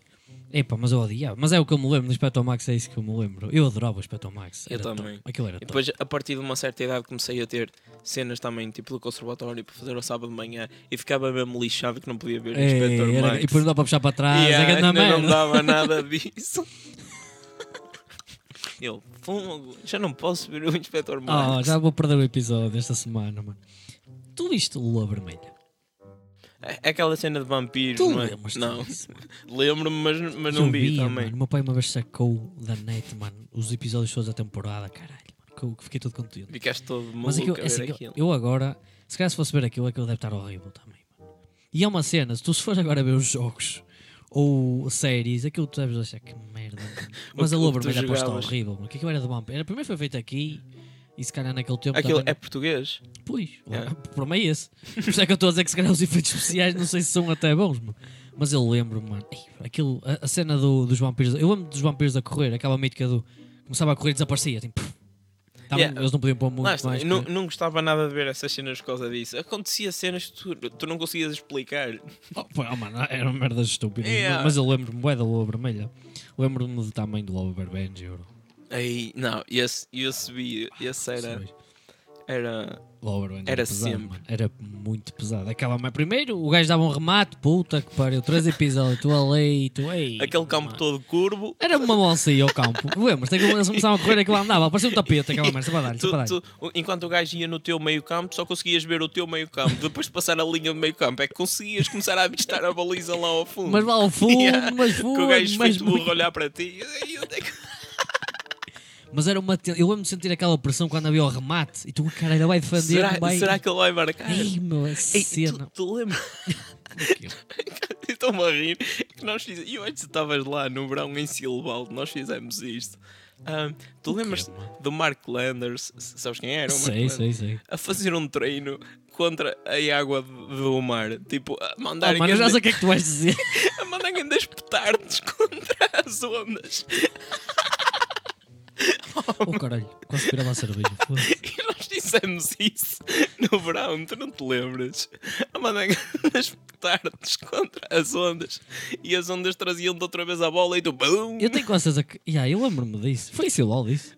S5: Epá, mas eu odiava. Mas é o que eu me lembro do Spectrum Max, é isso que eu me lembro. Eu adorava o Spectrum Max.
S1: Eu
S5: Era top.
S1: também.
S5: Aquilo era
S1: E
S5: top.
S1: depois, a partir de uma certa idade, comecei a ter cenas também, tipo do conservatório, para fazer ao sábado de manhã, e ficava mesmo lixado que não podia ver o
S5: Ei,
S1: Inspector
S5: É, era-
S1: Max.
S5: e depois não dá para puxar para trás.
S1: Yeah,
S5: é grande
S1: ainda não
S5: merda.
S1: dava nada disso. Eu, fumo, já não posso ver o Inspector
S5: Oh,
S1: Max.
S5: já vou perder o episódio desta semana, mano. Tu viste o Lua Vermelha?
S1: É é aquela cena de vampiros,
S5: Tu
S1: não é?
S5: lembras-te
S1: Não,
S5: disso, mano?
S1: lembro-me, mas, mas
S5: Eu
S1: não vi
S5: via,
S1: também.
S5: Mano. O meu pai uma vez sacou da net, mano, os episódios todos da temporada, caralho, mano, que eu que fiquei todo contente.
S1: Ficaste todo maluco
S5: Mas aquilo,
S1: a
S5: é
S1: ver
S5: assim, eu-
S1: aquilo.
S5: eu agora, se calhar se fosse ver aquilo, aquilo deve estar horrível também. Mano. E é uma cena, se tu se fores agora ver os jogos ou séries, aquilo tu deves achar que merda. mano. Mas a
S1: que-
S5: Lua
S1: o que tu
S5: Vermelha aposta
S1: jogavas.
S5: horrível, mano. O que aquilo era de vampiro? Era, primeiro foi feito aqui. E se calhar naquele tempo.
S1: Aquilo é
S5: também-
S1: português?
S5: Pois, lá,
S1: Yeah.
S5: o problema é esse. Por isso é que eu estou a dizer que se calhar os efeitos especiais não sei se são até bons, mano. Mas eu lembro, mano, ei, aquilo, a, a cena do- dos vampiros. Eu lembro dos vampiros a correr, aquela mítica do. Começava a correr e desaparecia, assim, puf. Tá bem,
S1: Yeah.
S5: Eles não podiam pôr muito
S1: Lá está,
S5: mais.
S1: eu não,
S5: porque-
S1: não gostava nada de ver essas cenas por causa disso. Acontecia cenas que tu, tu não conseguias explicar.
S5: Oh, pô, oh, mano, eram merdas estúpidas.
S1: Yeah.
S5: Mas eu lembro-me, bué da Lua Vermelha. Lembro-me do tamanho do Lobo Vermelho, juro.
S1: Aí, não, esse, esse vi, esse era. era
S5: Lobo Vermelho
S1: Era
S5: pesado,
S1: sempre.
S5: mano. Era muito pesado. Aquela, mas primeiro o gajo dava um remate, puta que pariu, três episódios, tu ali, tu ei.
S1: aquele campo todo curvo.
S5: Era uma moça aí ao campo. Lembras-te? Aquilo- Eles começavam a correr aquilo andava. Parecia um tapete aquela merda. Para dar,
S1: Tu-
S5: para dar.
S1: tu- o- enquanto o gajo ia no teu meio campo, só conseguias ver o teu meio campo. Depois de passar a linha do meio campo, é que conseguias começar a avistar a baliza lá ao fundo.
S5: Mas lá ao fundo,
S1: Yeah.
S5: mas
S1: que
S5: fundo,
S1: o gajo
S5: mas
S1: feito burro
S5: muito.
S1: olhar para ti. E onde é que-
S5: Mas era uma. te- Eu lembro-me de sentir aquela pressão quando havia o remate e tu, caralho, vai defender.
S1: Será,
S5: vai...
S1: será que ele vai marcar?
S5: Ei, meu, a
S1: Ei,
S5: cena.
S1: tu, tu lembras? Estou-me a rir. Que nós fiz... E hoje tu estavas lá no verão em Silvaldo, nós fizemos isto. Ahm, tu lembras do Mark Landers? S- Sabes quem era? o Mark
S5: Sei,
S1: Landers?
S5: sei, sei.
S1: A fazer um treino contra a água d- do mar. Tipo, a mandar
S5: Oh, mano, eu já
S1: ganda-
S5: sei o que é que tu vais dizer.
S1: a mandar grandes petardos contra as ondas.
S5: Oh, caralho, quase pirava a cerveja. foda-se.
S1: E nós dissemos isso no verão, tu não te lembras? A mandar grandes petardos contra as ondas. E as ondas traziam-te outra vez a bola e tu... Bum!
S5: Eu tenho quase certeza que. Yeah, eu lembro-me disso. Foi em Silol disso.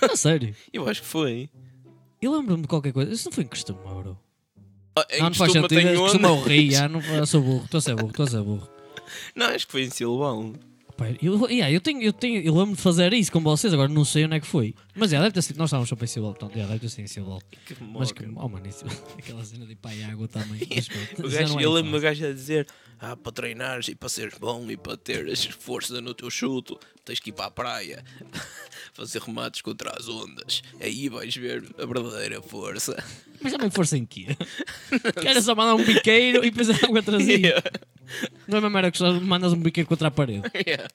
S5: A sério.
S1: Eu acho que foi.
S5: Eu lembro-me de qualquer coisa. Isso não foi em costume, bro.
S1: Ah, em
S5: Não, não faz
S1: Costuma
S5: sentido. É
S1: tenho
S5: Costuma
S1: ondas.
S5: rir. ah, Não, eu sou burro, estou a ser burro, estou a ser burro.
S1: Não, acho que foi em Silvão.
S5: pá, eu, yeah, eu, tenho, eu, tenho, eu lembro de fazer isso com vocês, agora não sei onde é que foi. Mas yeah, deve ter sido. Nós estávamos sobre Invincible, portanto, yeah, deve ter sido Invincible.
S1: Que
S5: Mas que,
S1: memória.
S5: oh mano, isso, aquela cena de pá e água também. mas pronto,
S1: O
S5: já
S1: gajo,
S5: não é
S1: eu lembro-me o
S5: fácil.
S1: gajo a dizer: Ah, para treinares e para seres bom e para teres força no teu chute, tens que ir para a praia fazer remates contra as ondas. Aí vais ver a verdadeira força.
S5: Mas também força em quê? Quero só mandar um biqueiro e depois a água trazia.
S1: Yeah,
S5: Não é mesmo era que só mandas um biqueiro contra a parede.
S1: yeah.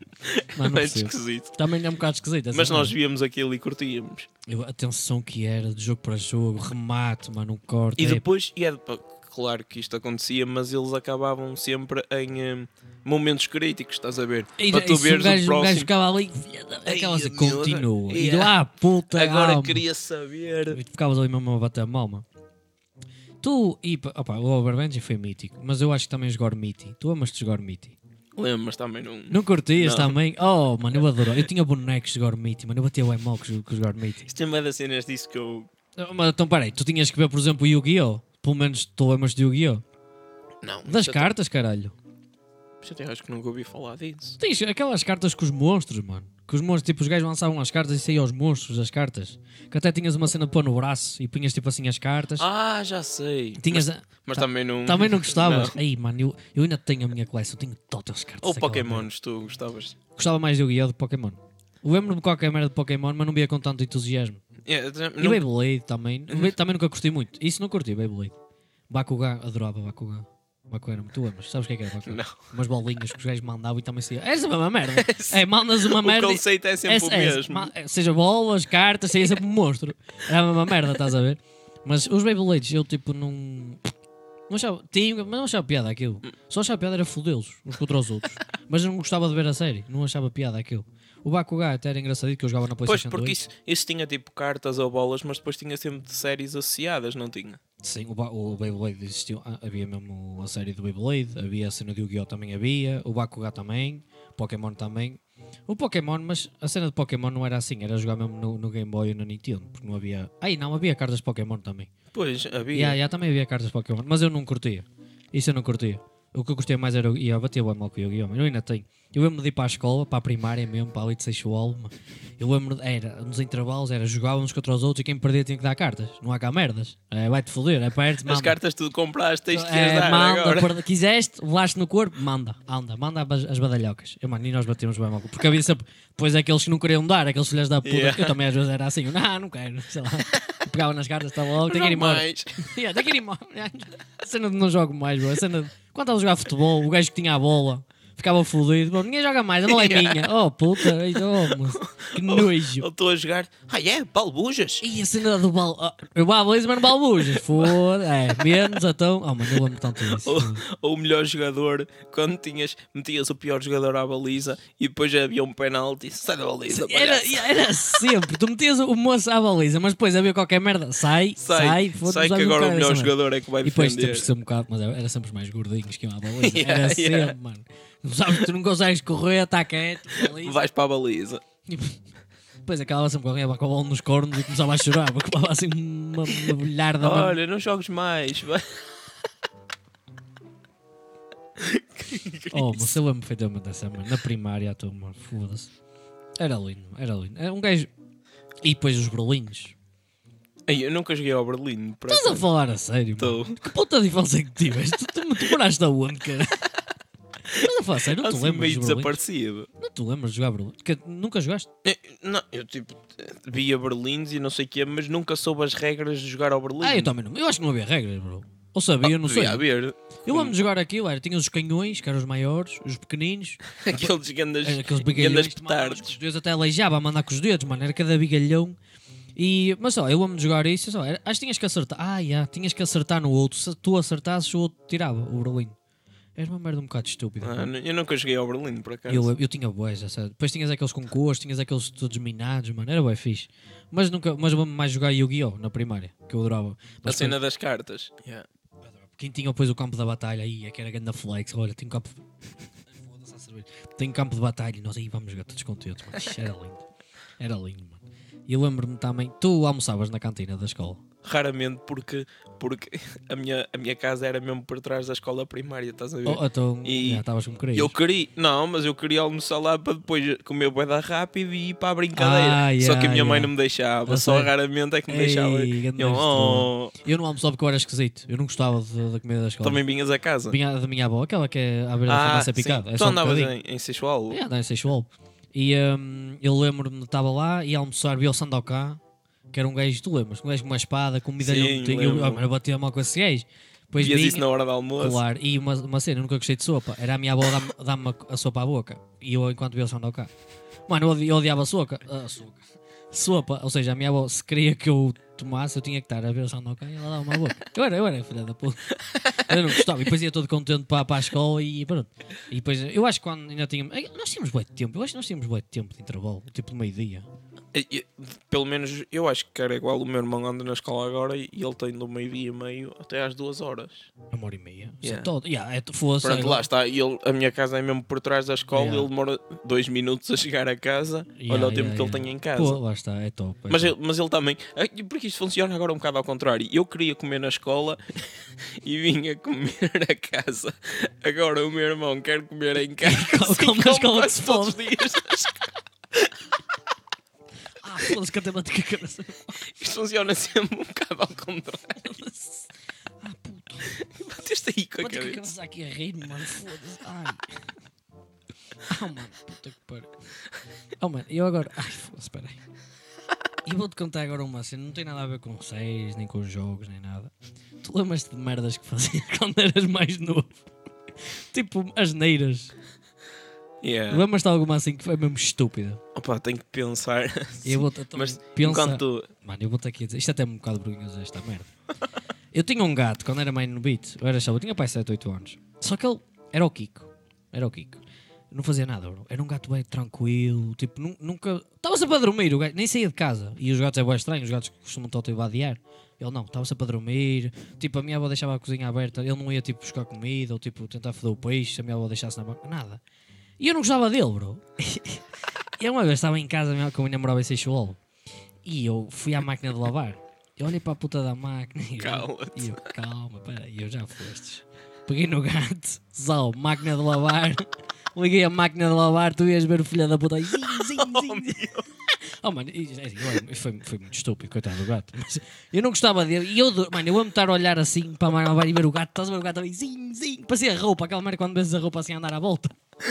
S5: Mano, não
S1: É
S5: percebo.
S1: esquisito.
S5: Também é um bocado esquisito. essa
S1: Mas
S5: merda.
S1: nós víamos aquilo e curtíamos.
S5: Eu- a tensão que era de jogo para jogo, remate, mano, um corte.
S1: E
S5: é-
S1: depois, e é, pá, claro que isto acontecia, mas eles acabavam sempre em eh, momentos críticos, estás a ver?
S5: e-
S1: para tu
S5: e se
S1: veres
S5: um
S1: o
S5: gajo, um gajo
S1: próximo.
S5: ficava ali, filha da-
S1: Ei,
S5: aquela assim,
S1: miúda.
S5: continua. E
S1: Yeah.
S5: lá, puta,
S1: Agora
S5: alma.
S1: queria saber.
S5: E tu ficavas ali mesmo a bater a malma. Tu, e pá, opa, o Overbench foi mítico, mas eu acho que também jogar Miti. Tu amaste jogar Miti.
S1: Lembro, mas também não.
S5: Não curtias
S1: Não.
S5: também? Oh, mano, eu adoro. Eu tinha bonecos de Gormiti, mano. Eu batia o emo com os Gormiti.
S1: Isto é uma das cenas disso que eu.
S5: Oh, Mas então, peraí, tu tinhas que ver, por exemplo, o Yu-Gi-Oh! Pelo menos tolemas de Yu-Gi-Oh!
S1: Não.
S5: Das
S1: já te-
S5: cartas, caralho.
S1: já te- acho que nunca ouvi falar disso.
S5: Tens aquelas cartas com os monstros, mano. Que os monstros, tipo, os gajos lançavam as cartas e saíam os monstros das cartas. Que até tinhas uma cena de pôr no braço e punhas, tipo, assim, as cartas.
S1: Ah, já sei.
S5: tinhas... a-
S1: Mas
S5: ta-
S1: também não.
S5: Também não gostavas?
S1: Não.
S5: Aí, mano, eu, eu ainda tenho a minha coleção. Eu tenho todas as cartas.
S1: Ou
S5: daquela
S1: Pokémons, tu gostavas.
S5: merda. Gostava mais de Yu-Gi-Oh! do que Pokémon. Lembro-me de qualquer merda de Pokémon, mas não via com tanto entusiasmo.
S1: É, já-
S5: E
S1: não-
S5: Beyblade também.
S1: Uhum.
S5: Be- Também nunca curti muito. Isso não curti, Beyblade. Bakugan, adorava Bakugan. Bakugan era muito amas. Sabes o que é que era Bakugan?
S1: Não.
S5: Umas bolinhas que os gajos mandavam e também saía. És a mesma merda. é, mandas uma merda.
S1: O
S5: e-
S1: conceito é sempre o
S5: é- é-
S1: mesmo.
S5: ma- seja bolas, cartas, saía sempre um monstro. Era a mesma merda, estás a ver? Mas os Beyblades eu tipo não. Não achava, tinha, mas não achava piada aquilo. Só achava piada era fodê-los uns contra os outros. mas eu não gostava de ver a série, não achava piada aquilo. O Bakugan até era engraçadinho que eu jogava na
S1: Pois,
S5: PlayStation 2.
S1: porque isso, isso tinha tipo cartas ou bolas, mas depois tinha sempre de séries associadas, não tinha?
S5: Sim, o, Ba- o Beyblade existiu. Ah, Havia mesmo a série do Beyblade, havia a cena de Yu-Gi-Oh! também havia, o Bakugan também, Pokémon também. O Pokémon, mas a cena de Pokémon não era assim, era jogar mesmo no, no Game Boy e no Nintendo, porque não havia. Ai, não, havia cartas Pokémon também.
S1: Pois, havia.
S5: Yeah, yeah, também havia cartas Pokémon, mas eu não curtia. Isso eu não curtia. O que eu curtia mais era o Yu-Gi-Oh! Batia bem mal com o Yu-Gi-Oh! Eu ainda tenho. Eu lembro de ir para a escola, para a primária mesmo, para ali de Seixual. Eu lembro, de- era, nos intervalos, era jogar uns contra os outros e quem perdia tinha que dar cartas. Não há cá merdas. É, Vai-te foder, aperte,
S1: As
S5: manda.
S1: cartas tu compraste, tens de
S5: É,
S1: as dar
S5: manda,
S1: agora.
S5: perde- quiseste, levaste no corpo, manda, anda, manda as, as badalhocas. Eu, mano, e nós batemos bem mal. Porque havia sempre, depois aqueles que não queriam dar, aqueles filhos da puta.
S1: Yeah.
S5: Eu também às vezes era assim, eu, não, não quero, sei lá. Eu Pegava nas cartas, estava logo, tem que ir embora.
S1: Jamais.
S5: Yeah, tem que ir embora. A cena de não jogo mais, bro. A cena de... Quando estava a jogar futebol, o gajo que tinha a bola ficava fodido. Bom, ninguém joga mais, a bola é minha. Oh, puta. Ei, oh, moço. Que
S1: Ou
S5: nojo.
S1: estou a jogar. Ah, é? Balbujas?
S5: E a cena do bal... ah, Eu balbujo, mas não balbujas. Foda. É, menos, então... Oh, mano, eu amo tanto isso.
S1: Ou, ou o melhor jogador, quando tinhas, metias o pior jogador à baliza e depois havia um penalti, sai da baliza.
S5: Era,
S1: palhaço.
S5: era sempre. Tu metias o moço à baliza, mas depois havia qualquer merda. Sai, sai,
S1: sai,
S5: foda-se,
S1: sai
S5: vai
S1: que agora
S5: buscar
S1: o melhor
S5: essa merda.
S1: jogador é que vai
S5: E depois
S1: defender.
S5: temos de ser um bocado, mas era sempre os mais gordinhos que iam à baliza.
S1: Yeah,
S5: era sempre,
S1: yeah.
S5: mano. Não sabes, tu não consegues correr, está quieto, baliza.
S1: Vais para a baliza.
S5: E Depois acabava sempre com alguém a levar com a bola nos cornos e começava a chorar, porque levava assim uma, uma bolharda. mano.
S1: Olha, não jogues mais. vai.
S5: Oh, mas eu lembro perfeitamente dessa mano. Na primária, estou, mano, foda-se. Era lindo, era lindo. Era um gajo. E depois os berlinhos.
S1: Ei, Eu nunca joguei ao Berlim. por
S5: Estás a
S1: acaso.
S5: falar a sério, mano?
S1: é. Tô.
S5: Que puta de infância que tiveste? Tu, tu, tu moraste aonde, cara? Estás a falar a sério? Não te
S1: Assim,
S5: lembras
S1: meio
S5: dos berlinhos?
S1: desaparecido.
S5: Não te lembras de jogar berlinhos? Que- Nunca jogaste?
S1: Eh, Não, eu tipo via Berlins e não sei o quê, mas nunca soube as regras de jogar ao Berlim.
S5: Ah, eu também não. Eu acho que não havia regras, bro. Ou sabia, eu não sei.
S1: Devia Ah, haver.
S5: Eu lembro de jogar aquilo, era, tinha os canhões, que eram os maiores, os pequeninos,
S1: Aqueles grandes,
S5: Era
S1: grandes
S5: aqueles bigalhões que mandava com os
S1: petardos.
S5: dedos até aleijava a mandar com os dedos, mano. Era cada bigalhão. E, mas só, eu amo de jogar isso. Só, era- acho que tinhas que acertar. Ah, já, tinhas que acertar no outro. Se tu acertasses, o outro tirava o berlinho. Era uma merda um bocado estúpida.
S1: Ah,
S5: mano.
S1: n- eu nunca joguei ao Berlim, por acaso.
S5: eu, eu tinha boas, essa. Depois tinhas aqueles com cores, tinhas aqueles todos minados, mano. Era bem fixe. Mas nunca, mas vamos mais jogar Yu-Gi-Oh! na primária, que eu adorava.
S1: A
S5: Mas
S1: cena das cartas. Yeah.
S5: quem tinha depois o campo da batalha aí, é que era grande flex, olha, tem um campo. Foda-se a cerveja. Tem um campo de batalha e nós aí vamos jogar todos contentes, mano. Ixi, Era lindo. Era lindo, mano. E eu lembro-me também, tu almoçavas na cantina da escola.
S1: Raramente porque, porque a, minha, a minha casa era mesmo por trás da escola primária, estás a ver?
S5: Oh, então,
S1: E-
S5: já estavas como
S1: E
S5: querias.
S1: Eu queria, não, mas eu queria almoçar lá para depois comer boeda rápido e ir para a brincadeira.
S5: Ah,
S1: só que a
S5: yeah,
S1: minha mãe
S5: yeah.
S1: não me deixava,
S5: Eu
S1: só
S5: sei.
S1: raramente é que me
S5: Ei,
S1: deixava.
S5: grande
S1: Eu, oh,
S5: Eu não almoçava porque eu era esquisito. Eu não gostava de- da comida da escola.
S1: também vinhas a casa. Ah,
S5: Vinha da minha avó, aquela que é à beira da farmácia
S1: sim.
S5: picada. É
S1: tu
S5: só um
S1: andavas
S5: bocadinho.
S1: em, em Seixual?
S5: É, andava em Seixual. E hum, eu lembro-me, estava lá e almoçar, vi o Sandokan, que era um gajo, tu lembras? Um gajo com uma espada, com um medalhão
S1: Sim,
S5: de tinho. Eu,
S1: lembro-me.
S5: ah, eu batia mal com esse gajo. Depois
S1: Vias
S5: vinha-
S1: isso na hora do almoço?
S5: Claro, e uma, uma cena, eu nunca gostei de sopa. Era a minha avó dar-me dar-me a- a sopa à boca. E eu, enquanto vi o som cá. Mano, eu, odi- eu odiava soca. Ah, soca. Sopa, ou seja, a minha avó, se queria que eu tomasse, eu tinha que estar a ver o som cá e ela dava-me à boca. Eu era, eu era filha da puta. Eu não gostava. E depois ia todo contente para, para a escola e pronto. E depois, eu acho que quando ainda tínhamos. Ei, Nós tínhamos bué de tempo, eu acho que nós tínhamos bué de tempo de intervalo, tipo de meio-dia.
S1: E- e- Pelo menos eu acho que era igual. O meu irmão anda na escola agora e ele tem do meio-dia e meio até às duas horas.
S5: Uma hora e meia.
S1: Yeah.
S5: Yeah. Todo. Yeah, é, fosse,
S1: Pronto,
S5: agora-
S1: lá está. E ele- a minha casa é mesmo por trás da escola.
S5: Yeah.
S1: Ele demora dois minutos a chegar a casa.
S5: Yeah,
S1: olha o tempo
S5: yeah,
S1: que ele
S5: yeah.
S1: tem em casa.
S5: Pô, lá está, é top. é
S1: Mas
S5: top.
S1: ele, mas ele também. Ah, e Porque isto funciona agora um bocado ao contrário. Eu queria comer na escola e vinha comer a casa. Agora o meu irmão quer comer em casa.
S5: Come-
S1: e
S5: come na escola
S1: quase
S5: que se
S1: todos os dias.
S5: Ah, foda-se, que eu até bati com a cabeça.
S1: Isto funciona sempre um bocado ao contrário.
S5: Ah, puto.
S1: Bateste aí com a
S5: Quanto é
S1: cabeça.
S5: que aqueles aqui a rir, mano? Foda-se. Ai. Ah, mano, puta que pariu. Oh, mano, eu agora. Ai, foda-se, espera aí. E vou-te contar agora uma cena, não tem nada a ver com séries, nem com jogos, nem nada. Tu lembras-te de merdas que fazias quando eras mais novo? Tipo, as neiras.
S1: Yeah.
S5: Lembras-te de alguma assim que foi mesmo estúpida?
S1: Opa, tenho que pensar.
S5: Eu vou-te.
S1: Mas
S5: pensa-
S1: enquanto tu.
S5: Mano, eu vou-te aqui a dizer. Isto é até um bocado vergonhoso, esta merda. Eu tinha um gato quando era mais no beat. Eu era chavo, eu tinha pai 7, 8 anos. Só que ele era o Kiko. Era o Kiko. Não fazia nada, bro. Era um gato bem tranquilo. Tipo, nu- nunca. Estava sempre a dormir, o gato. Nem saía de casa. E os gatos é bem estranho. Os gatos costumam te vadear. Ele não, estava sempre a dormir. Tipo, a minha avó deixava a cozinha aberta. Ele não ia, tipo, buscar comida ou, tipo, tentar foder o peixe. Se a minha avó deixasse na banca. Nada. E eu não gostava dele, bro. e uma vez estava em casa, minha- com a minha namorada em Seixuolo. E eu fui à máquina de lavar. Eu olhei para a puta da máquina e eu-
S1: Cala-te.
S5: e eu, calma, peraí, eu já fostes. Peguei no gato, sal, máquina de lavar. Liguei a máquina de lavar, tu ias ver o filho da puta aí. Zin, zin, zin. Oh, mano, e- é assim, olha, foi, foi muito estúpido, coitado do gato. Mas eu não gostava dele. E eu, do- mano, eu amo estar a olhar assim para a máquina de lavar e ver o gato. Estás a ver o gato ali, zin, zin. Parecia a roupa, aquela merda quando vês a roupa assim a andar à volta.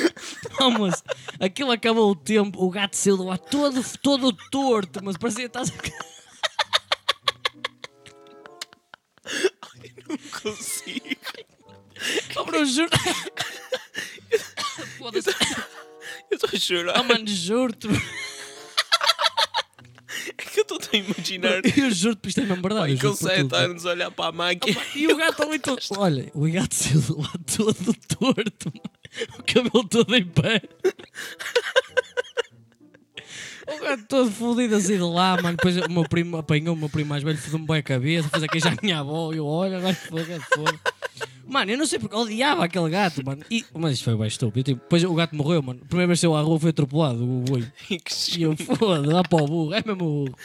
S5: Vamos, aquilo acabou o tempo, o gato saiu de lá todo, todo torto, mas parecia que estás a.
S1: Consigo.
S5: Oh, bro, juro. Foda-se.
S1: Eu estou a
S5: Oh,
S1: chorar.
S5: mano, juro-te.
S1: É que eu estou a imaginar.
S5: Eu juro-te, isto é mesmo verdade.
S1: Pai,
S5: eu
S1: com
S5: juro-te por
S1: 7
S5: tudo. Ah,
S1: anos olhar para a máquina.
S5: E o gato ali todo. Olha, o gato saiu de lá todo torto, mano. o cabelo todo em pé. O gato todo fodido assim de lá, mano. Depois o meu primo apanhou, o meu primo mais velho fodeu-me bem a cabeça, fez a queijar a minha avó. Eu olho, agora foda, foda. Mano, eu não sei porque odiava aquele gato, mano. E- mas isto foi bem estúpido. Tipo, depois o gato morreu, mano. A primeira vez que saiu à rua foi atropelado, o boi.
S1: que ch-
S5: E eu, foda, dá para o burro, é mesmo o burro.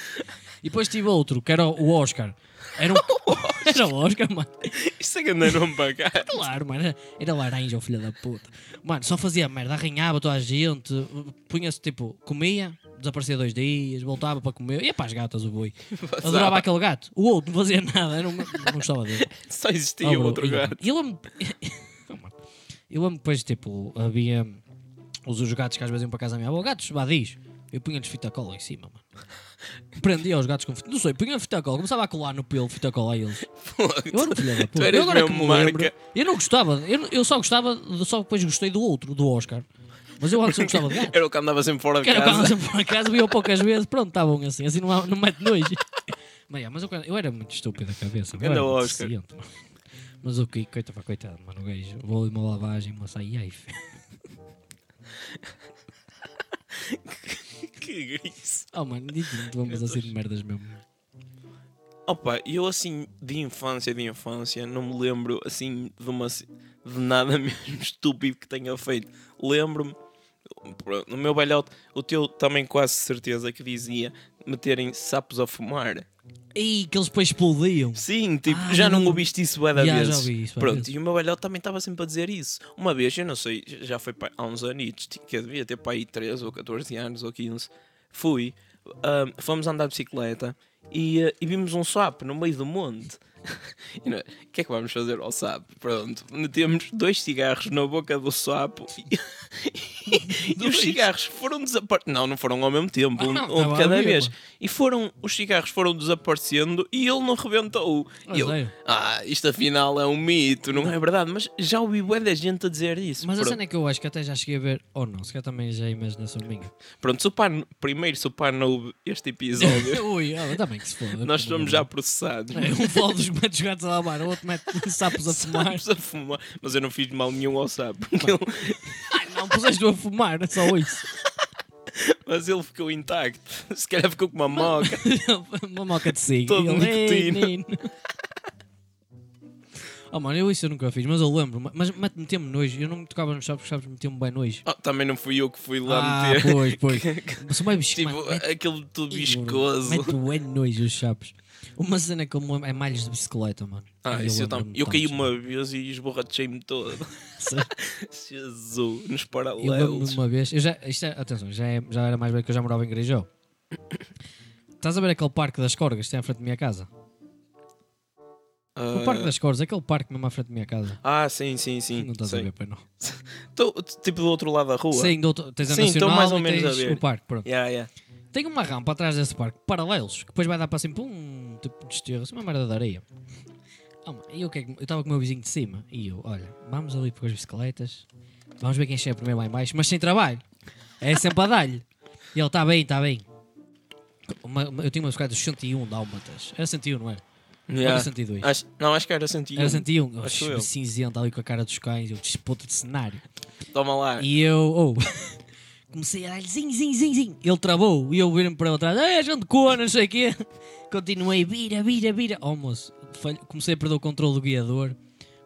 S5: E depois tive outro, que era o Oscar. Era, um... era o Oscar, mano.
S1: Isto é que andaram para cá.
S5: Claro, mano. era- Era laranja, o filho da puta. Mano, só fazia merda, arranhava toda a gente, punha-se tipo, comia, desaparecia dois dias, voltava para comer, ia para as gatas o boi. Adorava aquele gato. O outro não fazia nada, eu não, não gostava dele.
S1: Só existia
S5: Oh, bro,
S1: outro
S5: e-
S1: gato.
S5: Eu amo. eu amo depois, tipo, havia os, os gatos que às vezes iam para casa da minha avó, gatos vadios. Eu punha-lhes fita cola em cima, mano. Prendia os gatos com fita. Não sei, punha fita cola, começava a colar no pelo fita cola a eles. Eu era um filho da
S1: Tu
S5: puta. Eu
S1: eras
S5: agora que
S1: mesmo
S5: me lembro,
S1: marca.
S5: eu não gostava, eu, não- eu só gostava, de- só depois gostei do outro, do Oscar. Mas eu antes não gostava de um. gatos.
S1: Era o que andava sempre fora de
S5: Que era para
S1: casa.
S5: nós por acaso, viam poucas vezes, pronto, estavam assim, assim não, há- não mete nojo. Mas, é, mas eu, eu era muito estúpido da cabeça, eu
S1: Ganda
S5: era muito
S1: Oscar.
S5: deficiente, mano. Mas o que, coitado, pá, coitado, mano, o gajo, vou ali uma lavagem, moça, e aí, filho.
S1: Que gris.
S5: Oh, mano, digo-te, vamos assim de merdas mesmo.
S1: Opa, eu assim, de infância, de infância, não me lembro assim de uma ci- de nada mesmo estúpido que tenha feito. Lembro-me, pronto, no meu velhote, o teu também quase certeza que dizia meterem sapos a fumar.
S5: E que eles depois explodiam.
S1: Sim, tipo,
S5: Ah,
S1: já
S5: não-
S1: não ouviste isso bué da
S5: Já,
S1: vez.
S5: já ouvi isso bué da
S1: Pronto,
S5: vezes.
S1: e o meu velhote também estava sempre a dizer isso. Uma vez, eu não sei, já foi pá, há uns anos, que eu devia ter para aí 13 ou 14 anos ou 15, fui, ahm, fomos andar de bicicleta e, ah, e vimos um sapo no meio do monte. E nós, O que é que vamos fazer ao sapo? Pronto, metemos dois cigarros na boca do sapo e, e os cigarros foram desaparecendo. Não, não foram ao mesmo tempo,
S5: Ah,
S1: um,
S5: não,
S1: um
S5: estava
S1: de
S5: a
S1: cada
S5: ver,
S1: vez.
S5: pô.
S1: E foram, os cigarros foram desaparecendo e ele não rebentou.
S5: Ah,
S1: E eu,
S5: sério?
S1: ah, isto afinal é um mito, não é verdade? Mas já ouvi bué da gente a dizer isso.
S5: Mas a
S1: pronto,
S5: cena é que eu acho que até já cheguei a ver, ou não, se calhar também já é imaginação minha.
S1: pronto, se o pá, primeiro, se o pá não ouve este episódio,
S5: Ui, ah, também que se foda.
S1: nós somos já processados.
S5: É, um fala dos metes gatos a lavar, o outro mete sapos a fumar.
S1: Estamos a fumar. Mas eu não fiz mal nenhum ao sapo. porque ele-
S5: Ai, não, puseste-o a fumar, é só isso.
S1: mas ele ficou intacto. Se calhar ficou com uma moca.
S5: Uma moca de cigarro.
S1: Todo
S5: E ele, "Ei,
S1: nicotina."
S5: menino." Oh, mano, eu isso eu nunca fiz, mas eu lembro. Mas mas mete-me nojo. Eu não me tocava nos sapos, os sapos metiam-me bem um nojo.
S1: Oh, também não fui eu que fui lá
S5: Ah,
S1: meter.
S5: pois, pois. Mas são bem bichos,
S1: Tipo,
S5: mano,
S1: aquele tudo
S5: Ih, mano,
S1: viscoso.
S5: Mete o ano nojo os chapos. Uma cena que eu me lembro é malhos de bicicleta, mano.
S1: Ah,
S5: Ai,
S1: isso eu, tam-
S5: lembro-me
S1: eu caí
S5: tantos, mano.
S1: uma vez e esborrachei-me todo.
S5: Sério?
S1: Jesus, nos
S5: Eu lembro-me
S1: paralelos.
S5: uma vez. Eu já, isto é, atenção, já, é- já era mais bem que eu já morava em Grijó. Estás a ver aquele parque das Corgas que tem à frente da minha casa? O
S1: Ah,
S5: parque das Corgas, aquele parque mesmo à frente da minha casa.
S1: Ah, sim, sim, sim.
S5: Não estás a
S1: sei.
S5: ver, pai, não.
S1: Tô- tipo do outro lado da rua.
S5: Sim, doutor, tens a
S1: Sim, estou
S5: Nacional
S1: mais ou
S5: e
S1: menos
S5: tens
S1: a ver.
S5: o parque, pronto.
S1: Yeah, yeah.
S5: Tem uma rampa atrás desse parque, paralelos, que depois vai dar para assim, para um tipo de esterro, assim, uma merda de areia. Ah, mano, e eu que é que- eu estava com o meu vizinho de cima e eu, olha, vamos ali para as bicicletas, vamos ver quem chega primeiro lá em baixo, mas sem trabalho. É sempre a dar-lhe. E ele, está bem, está bem. Uma- uma- eu tinha uma bicicleta de 101 dálmatas. Era 101, não era?
S1: Yeah.
S5: era 102?
S1: Acho- não, acho que era 101.
S5: Era 101. Eu,
S1: Acho eu.
S5: cinzento ali com a cara dos cães, eu disputa de cenário.
S1: Toma lá.
S5: E eu, oh, comecei a dar-lhe zin, zin, zin, zin. Ele travou e eu viro-me para trás, é, gente cona, não sei o quê. Continuei, vira, vira, vira. Oh, moço, falho- comecei a perder o controle do guiador.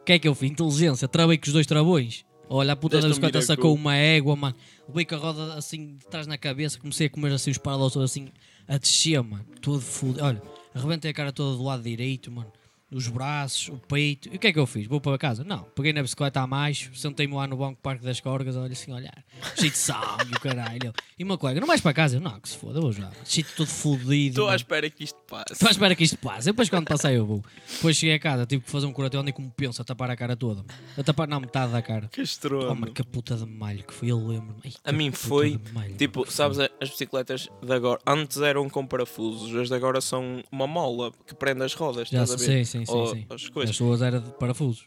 S5: O que é que eu fiz? Inteligência, travei com os dois travões. Olha, a puta
S1: Deste
S5: da
S1: um
S5: bicicleta
S1: miracle.
S5: sacou uma égua, mano. Levei com a roda assim de trás na cabeça, comecei a comer assim os paralelos todos assim, a descer, mano. Todo fudido. Olha, arrebentei a cara toda do lado direito, mano. Os braços, o peito. E o que é que eu fiz? Vou para casa? Não. Peguei na bicicleta a mais, sentei-me lá no banco do Parque das Corgas, olha assim, a olhar. Cheio de sangue, o caralho. E uma colega, não vais para casa? Eu, não, que se foda, eu vou já. Cheio de todo fudido.
S1: Estou à
S5: mano.
S1: espera que isto passe.
S5: Estou à espera que isto passe. Eu Depois, quando passar, eu vou. Depois cheguei a casa, tive que fazer um curatório e como penso, a tapar a cara toda. mano. A tapar, não, metade da cara.
S1: Que estrondo.
S5: Oh, mano, que puta de malho que foi, eu lembro-me. Ai,
S1: A
S5: que
S1: mim
S5: puta
S1: foi,
S5: de malho,
S1: tipo,
S5: mano, que
S1: sabes, as bicicletas de agora, antes eram com parafusos, as de agora são uma mola que prende as rodas,
S5: Já
S1: estás a ver?
S5: sei, sim, sim,
S1: Ou
S5: sim.
S1: As
S5: foi.
S1: coisas.
S5: As suas eram de parafusos.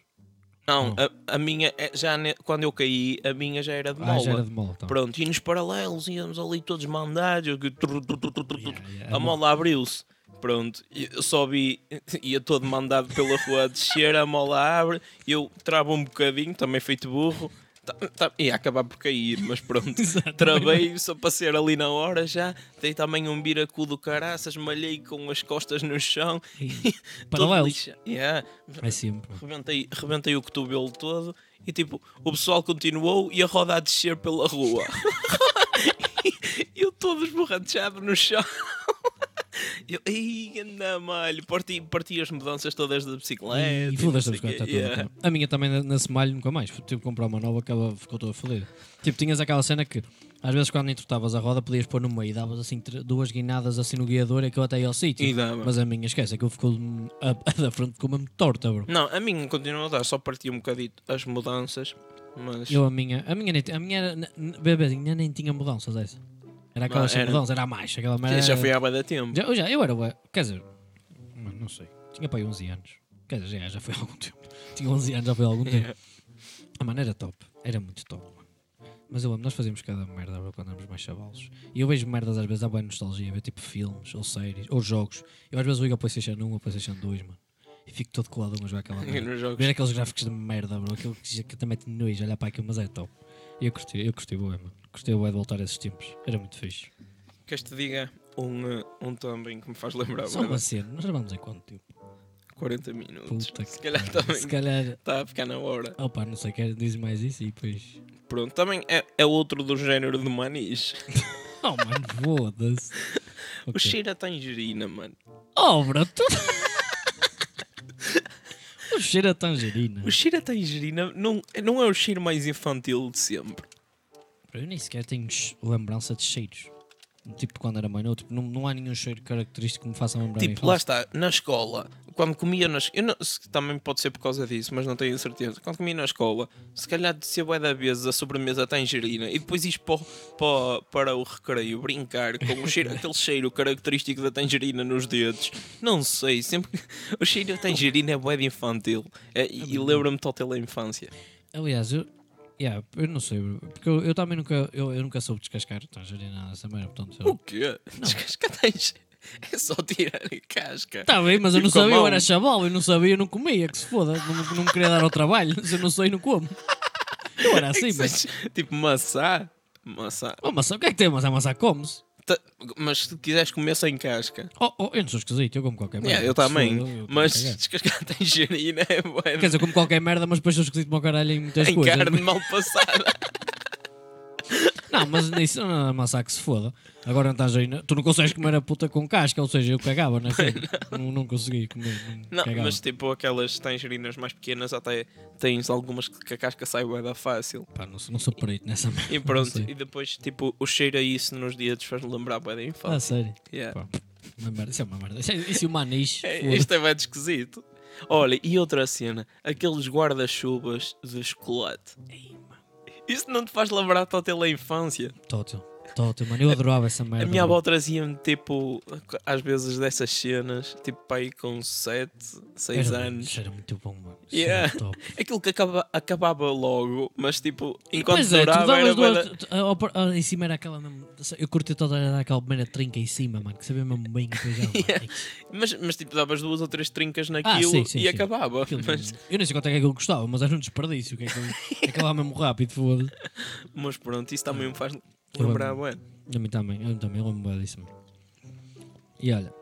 S1: Não,
S5: Não.
S1: a, a minha, é- já ne- quando eu caí, a minha já era de mola.
S5: Ah, já era de mola. Então.
S1: Pronto, e nos paralelos íamos ali todos mandados, eu que tru- tru- tru- tru- tru- tru-
S5: Yeah, yeah,
S1: a
S5: a
S1: mola abriu-se. Pronto, e eu só vi, ia todo mandado pela rua a descer, a mola abre, eu travo um bocadinho, também feito burro, tá, tá- ia acabar por cair, mas pronto,
S5: Exato.
S1: travei só para ser ali na hora já, dei também um biracu do caraças, malhei com as costas no chão,
S5: E-
S1: todo
S5: Paralelos.
S1: lixa- Yeah.
S5: É sempre.
S1: Rebentei, rebentei o cotovelo todo e tipo, o pessoal continuou e a roda a descer pela rua. E eu todo esborrachado no chão. Eu, ei, anda malho, parti, parti as mudanças todas da bicicleta. é,
S5: E foda-se tá a
S1: tipo, não sei
S5: bicicleta
S1: quê,
S5: toda.
S1: yeah.
S5: cara. A minha também na- nesse malho nunca mais. Tive que comprar uma nova que ela ficou toda fodida. Tipo, tinhas aquela cena que às vezes quando entortavas a roda podias pôr no meio e davas assim tre- duas guinadas assim no guiador e que eu até ia ao sítio.
S1: E dava.
S5: Mas a minha esquece, é aquilo ficou de- hum, a, a da frente ficou mesmo torta, bro.
S1: Não, a minha continua a dar, só parti um bocadito as mudanças, mas
S5: Eu a minha, a minha, nem ti- a minha era, n- n- bebezinha nem tinha mudanças essa. Era aquela
S1: Não,
S5: sem
S1: era-
S5: mudanças, era a mais, aquela merda.
S1: já foi há bué da tempo.
S5: Já, eu já, eu era, bué- quer dizer, mano, não sei, tinha para aí 11 anos. Quer dizer, já, já foi há algum tempo. Tinha 11 anos, já foi há algum tempo. A mano era top, era muito top, mano. Mas eu amo, nós fazíamos cada merda bro, quando éramos mais chavalos. E eu vejo merdas às vezes, há boa nostalgia, ver tipo filmes, ou séries, ou jogos. Eu às vezes ligo a PlayStation 1 ou a PlayStation 2, mano. E fico todo colado a jogar aquela
S1: E
S5: merda.
S1: nos jogos.
S5: Ver aqueles gráficos de merda, bro, aquilo que, que também te nojo, olhar para aquilo, mas é top. E Eu curti, eu curti bué, mano. Curti bué de voltar a esses tempos. Era muito fixe.
S1: Queres te diga um, eh, um também que me faz lembrar
S5: Só
S1: bué
S5: uma
S1: da-
S5: cena, nós vamos em quanto tempo?
S1: 40 minutos.
S5: Puta que
S1: Se calhar
S5: pariu.
S1: também
S5: Se calhar.
S1: está a ficar na hora.
S5: Opa, não sei, quer diz mais isso e depois.
S1: Pronto, também é, é outro do género de manis.
S5: Oh, mano, foda-se.
S1: O
S5: Ok.
S1: cheiro a tangerina, mano.
S5: Oh, bro, tu... o cheiro a tangerina.
S1: O cheiro a tangerina não, não é o cheiro mais infantil de sempre.
S5: Eu nem sequer tenho ch- lembrança de cheiros. Tipo, quando era mais novo, tipo, não, não há nenhum cheiro característico que me faça lembrar. a
S1: Tipo, lá
S5: infância.
S1: está, na escola, quando comia nas. Eu não- se- também pode ser por causa disso, mas não tenho certeza. Quando comia na escola, se calhar descia bué da vez a sobremesa tangerina e depois isto para, o- para, para o recreio brincar com o cheiro, aquele cheiro característico da tangerina nos dedos. Não sei, sempre. que- O cheiro da tangerina é bué de infantil É, e e lembra-me total da infância.
S5: Aliás, eu, yeah, eu não sei, bro, porque eu, eu também nunca, eu, eu nunca soube descascar tangerina nessa merda, portanto.
S1: O
S5: Eu...
S1: quê? Descascar tangerina. É só tirar a casca.
S5: Tá bem, mas eu
S1: Tipo
S5: não
S1: com a
S5: sabia, eu
S1: mão.
S5: era chaval, eu não sabia, eu não comia, que se foda, não, não me queria dar ao trabalho, se eu não sei, não como. Eu era assim, mas.
S1: Tipo maçã. Maçã.
S5: Oh, maçã, o que é que tem maçã? Maçã come-se.
S1: Ta- Mas se quiseres comer sem casca.
S5: Oh, oh, eu não sou esquisito, eu como qualquer merda.
S1: Yeah, eu
S5: que se
S1: também.
S5: foda, eu tô
S1: mas
S5: a cagar.
S1: descascar tangerina é bué
S5: Quer
S1: de-
S5: dizer, né? eu como qualquer merda, mas depois sou esquisito para o caralho em muitas
S1: em
S5: coisas.
S1: carne mal passada.
S5: Não, mas nisso não era maçã que se foda. Agora não estás aí. na- Tu não consegues comer a puta com casca, ou seja, eu cagava, não é? não, não consegui comer. Não,
S1: Não,
S5: cagava.
S1: mas tipo aquelas tangerinas mais pequenas até tens algumas que que a casca sai bué da fácil.
S5: Pá, não, sou- não sou perito nessa merda.
S1: E
S5: não
S1: pronto,
S5: sei.
S1: e depois tipo o cheiro a isso nos dedos faz lembrar bué da
S5: Ah,
S1: infância.
S5: sério.
S1: Yeah.
S5: Pá, uma merda. Isso é uma merda. Isso é, isso é uma anis.
S1: É,
S5: foda.
S1: Isto é bem esquisito. Olha, e outra cena, aqueles guarda-chuvas de chocolate. Isso não te faz lembrar até a infância?
S5: Tótil. Tótil, mano. Eu adorava essa
S1: A
S5: merda.
S1: minha
S5: mano.
S1: avó trazia-me, tipo, às vezes dessas cenas, tipo, pai com 7, 6
S5: Era-
S1: anos.
S5: Isso era muito bom, mano. Isso
S1: Yeah.
S5: era top.
S1: Aquilo que acaba- acabava logo, mas tipo, enquanto
S5: Pois é, tu
S1: durava era
S5: davas
S1: bué
S5: duas.
S1: da-
S5: tu- tu- ao par- ah, Em cima era aquela mesmo. Eu curti toda era aquela primeira trinca em cima, mano. Que sabia mesmo bem que eu já. mano.
S1: mas, mas tipo, davas duas ou três trincas naquilo
S5: Ah, sim, sim,
S1: e
S5: sim.
S1: acabava.
S5: Aquilo-
S1: Mas,
S5: Eu nem sei quanto é que aquilo custava, mas era um desperdício. Que aquilo, acabava mesmo rápido, foda-se.
S1: mas pronto, isso também me faz lembrar, bué.
S5: A mim também, eu também lembro bem disso. mano. E olha,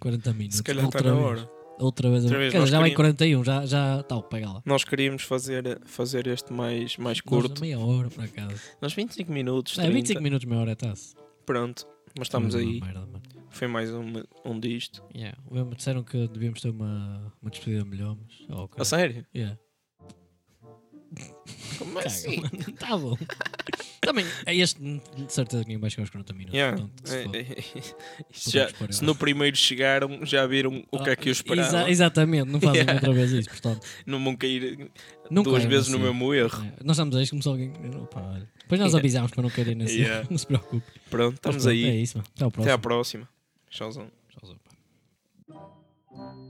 S5: 40 minutos.
S1: Se calhar
S5: outra
S1: está na
S5: vez.
S1: hora.
S5: Outra vez,
S1: Outra vez,
S5: Quer dizer,
S1: nós
S5: já vai 41, já, já tal, pega lá.
S1: Nós queríamos fazer, fazer este mais, mais
S5: Nós,
S1: curto.
S5: meia hora por acaso.
S1: Nós 25 minutos, 30,
S5: É, 25 minutos, Hum, meia hora, está-se.
S1: pronto. Mas estamos
S5: Uma
S1: aí.
S5: Merda, mano.
S1: Foi mais um, um disto.
S5: Yeah. Me disseram que devíamos ter uma, uma despedida melhor, mas. Oh,
S1: A
S5: caralho.
S1: sério?
S5: Yeah.
S1: Como
S5: Caga,
S1: assim?
S5: mano. Tá bom. Também, é este de certeza que ninguém vai chegar aos 40 minutos.
S1: Yeah.
S5: portanto, que se
S1: É,
S5: foda.
S1: é, é. Isto já-
S5: disparar.
S1: se no primeiro chegaram, já viram o que é que eu esperava.
S5: Ah, Exa- exatamente, não fazem
S1: Yeah.
S5: outra vez isso, portanto.
S1: Não vão cair
S5: Nunca
S1: duas
S5: é
S1: vezes no
S5: assim.
S1: mesmo erro.
S5: É, Nós estamos a isto como se alguém. Opa, olha. Depois nós
S1: Yeah.
S5: avisámos para não cair nesse.
S1: Yeah.
S5: Não se preocupe. Mas
S1: Pronto, estamos
S5: pronto, É
S1: aí.
S5: isso, mano. Até ao
S1: Até à
S5: próximo.
S1: próxima. Tchauzão.
S5: Tchauzão, pá.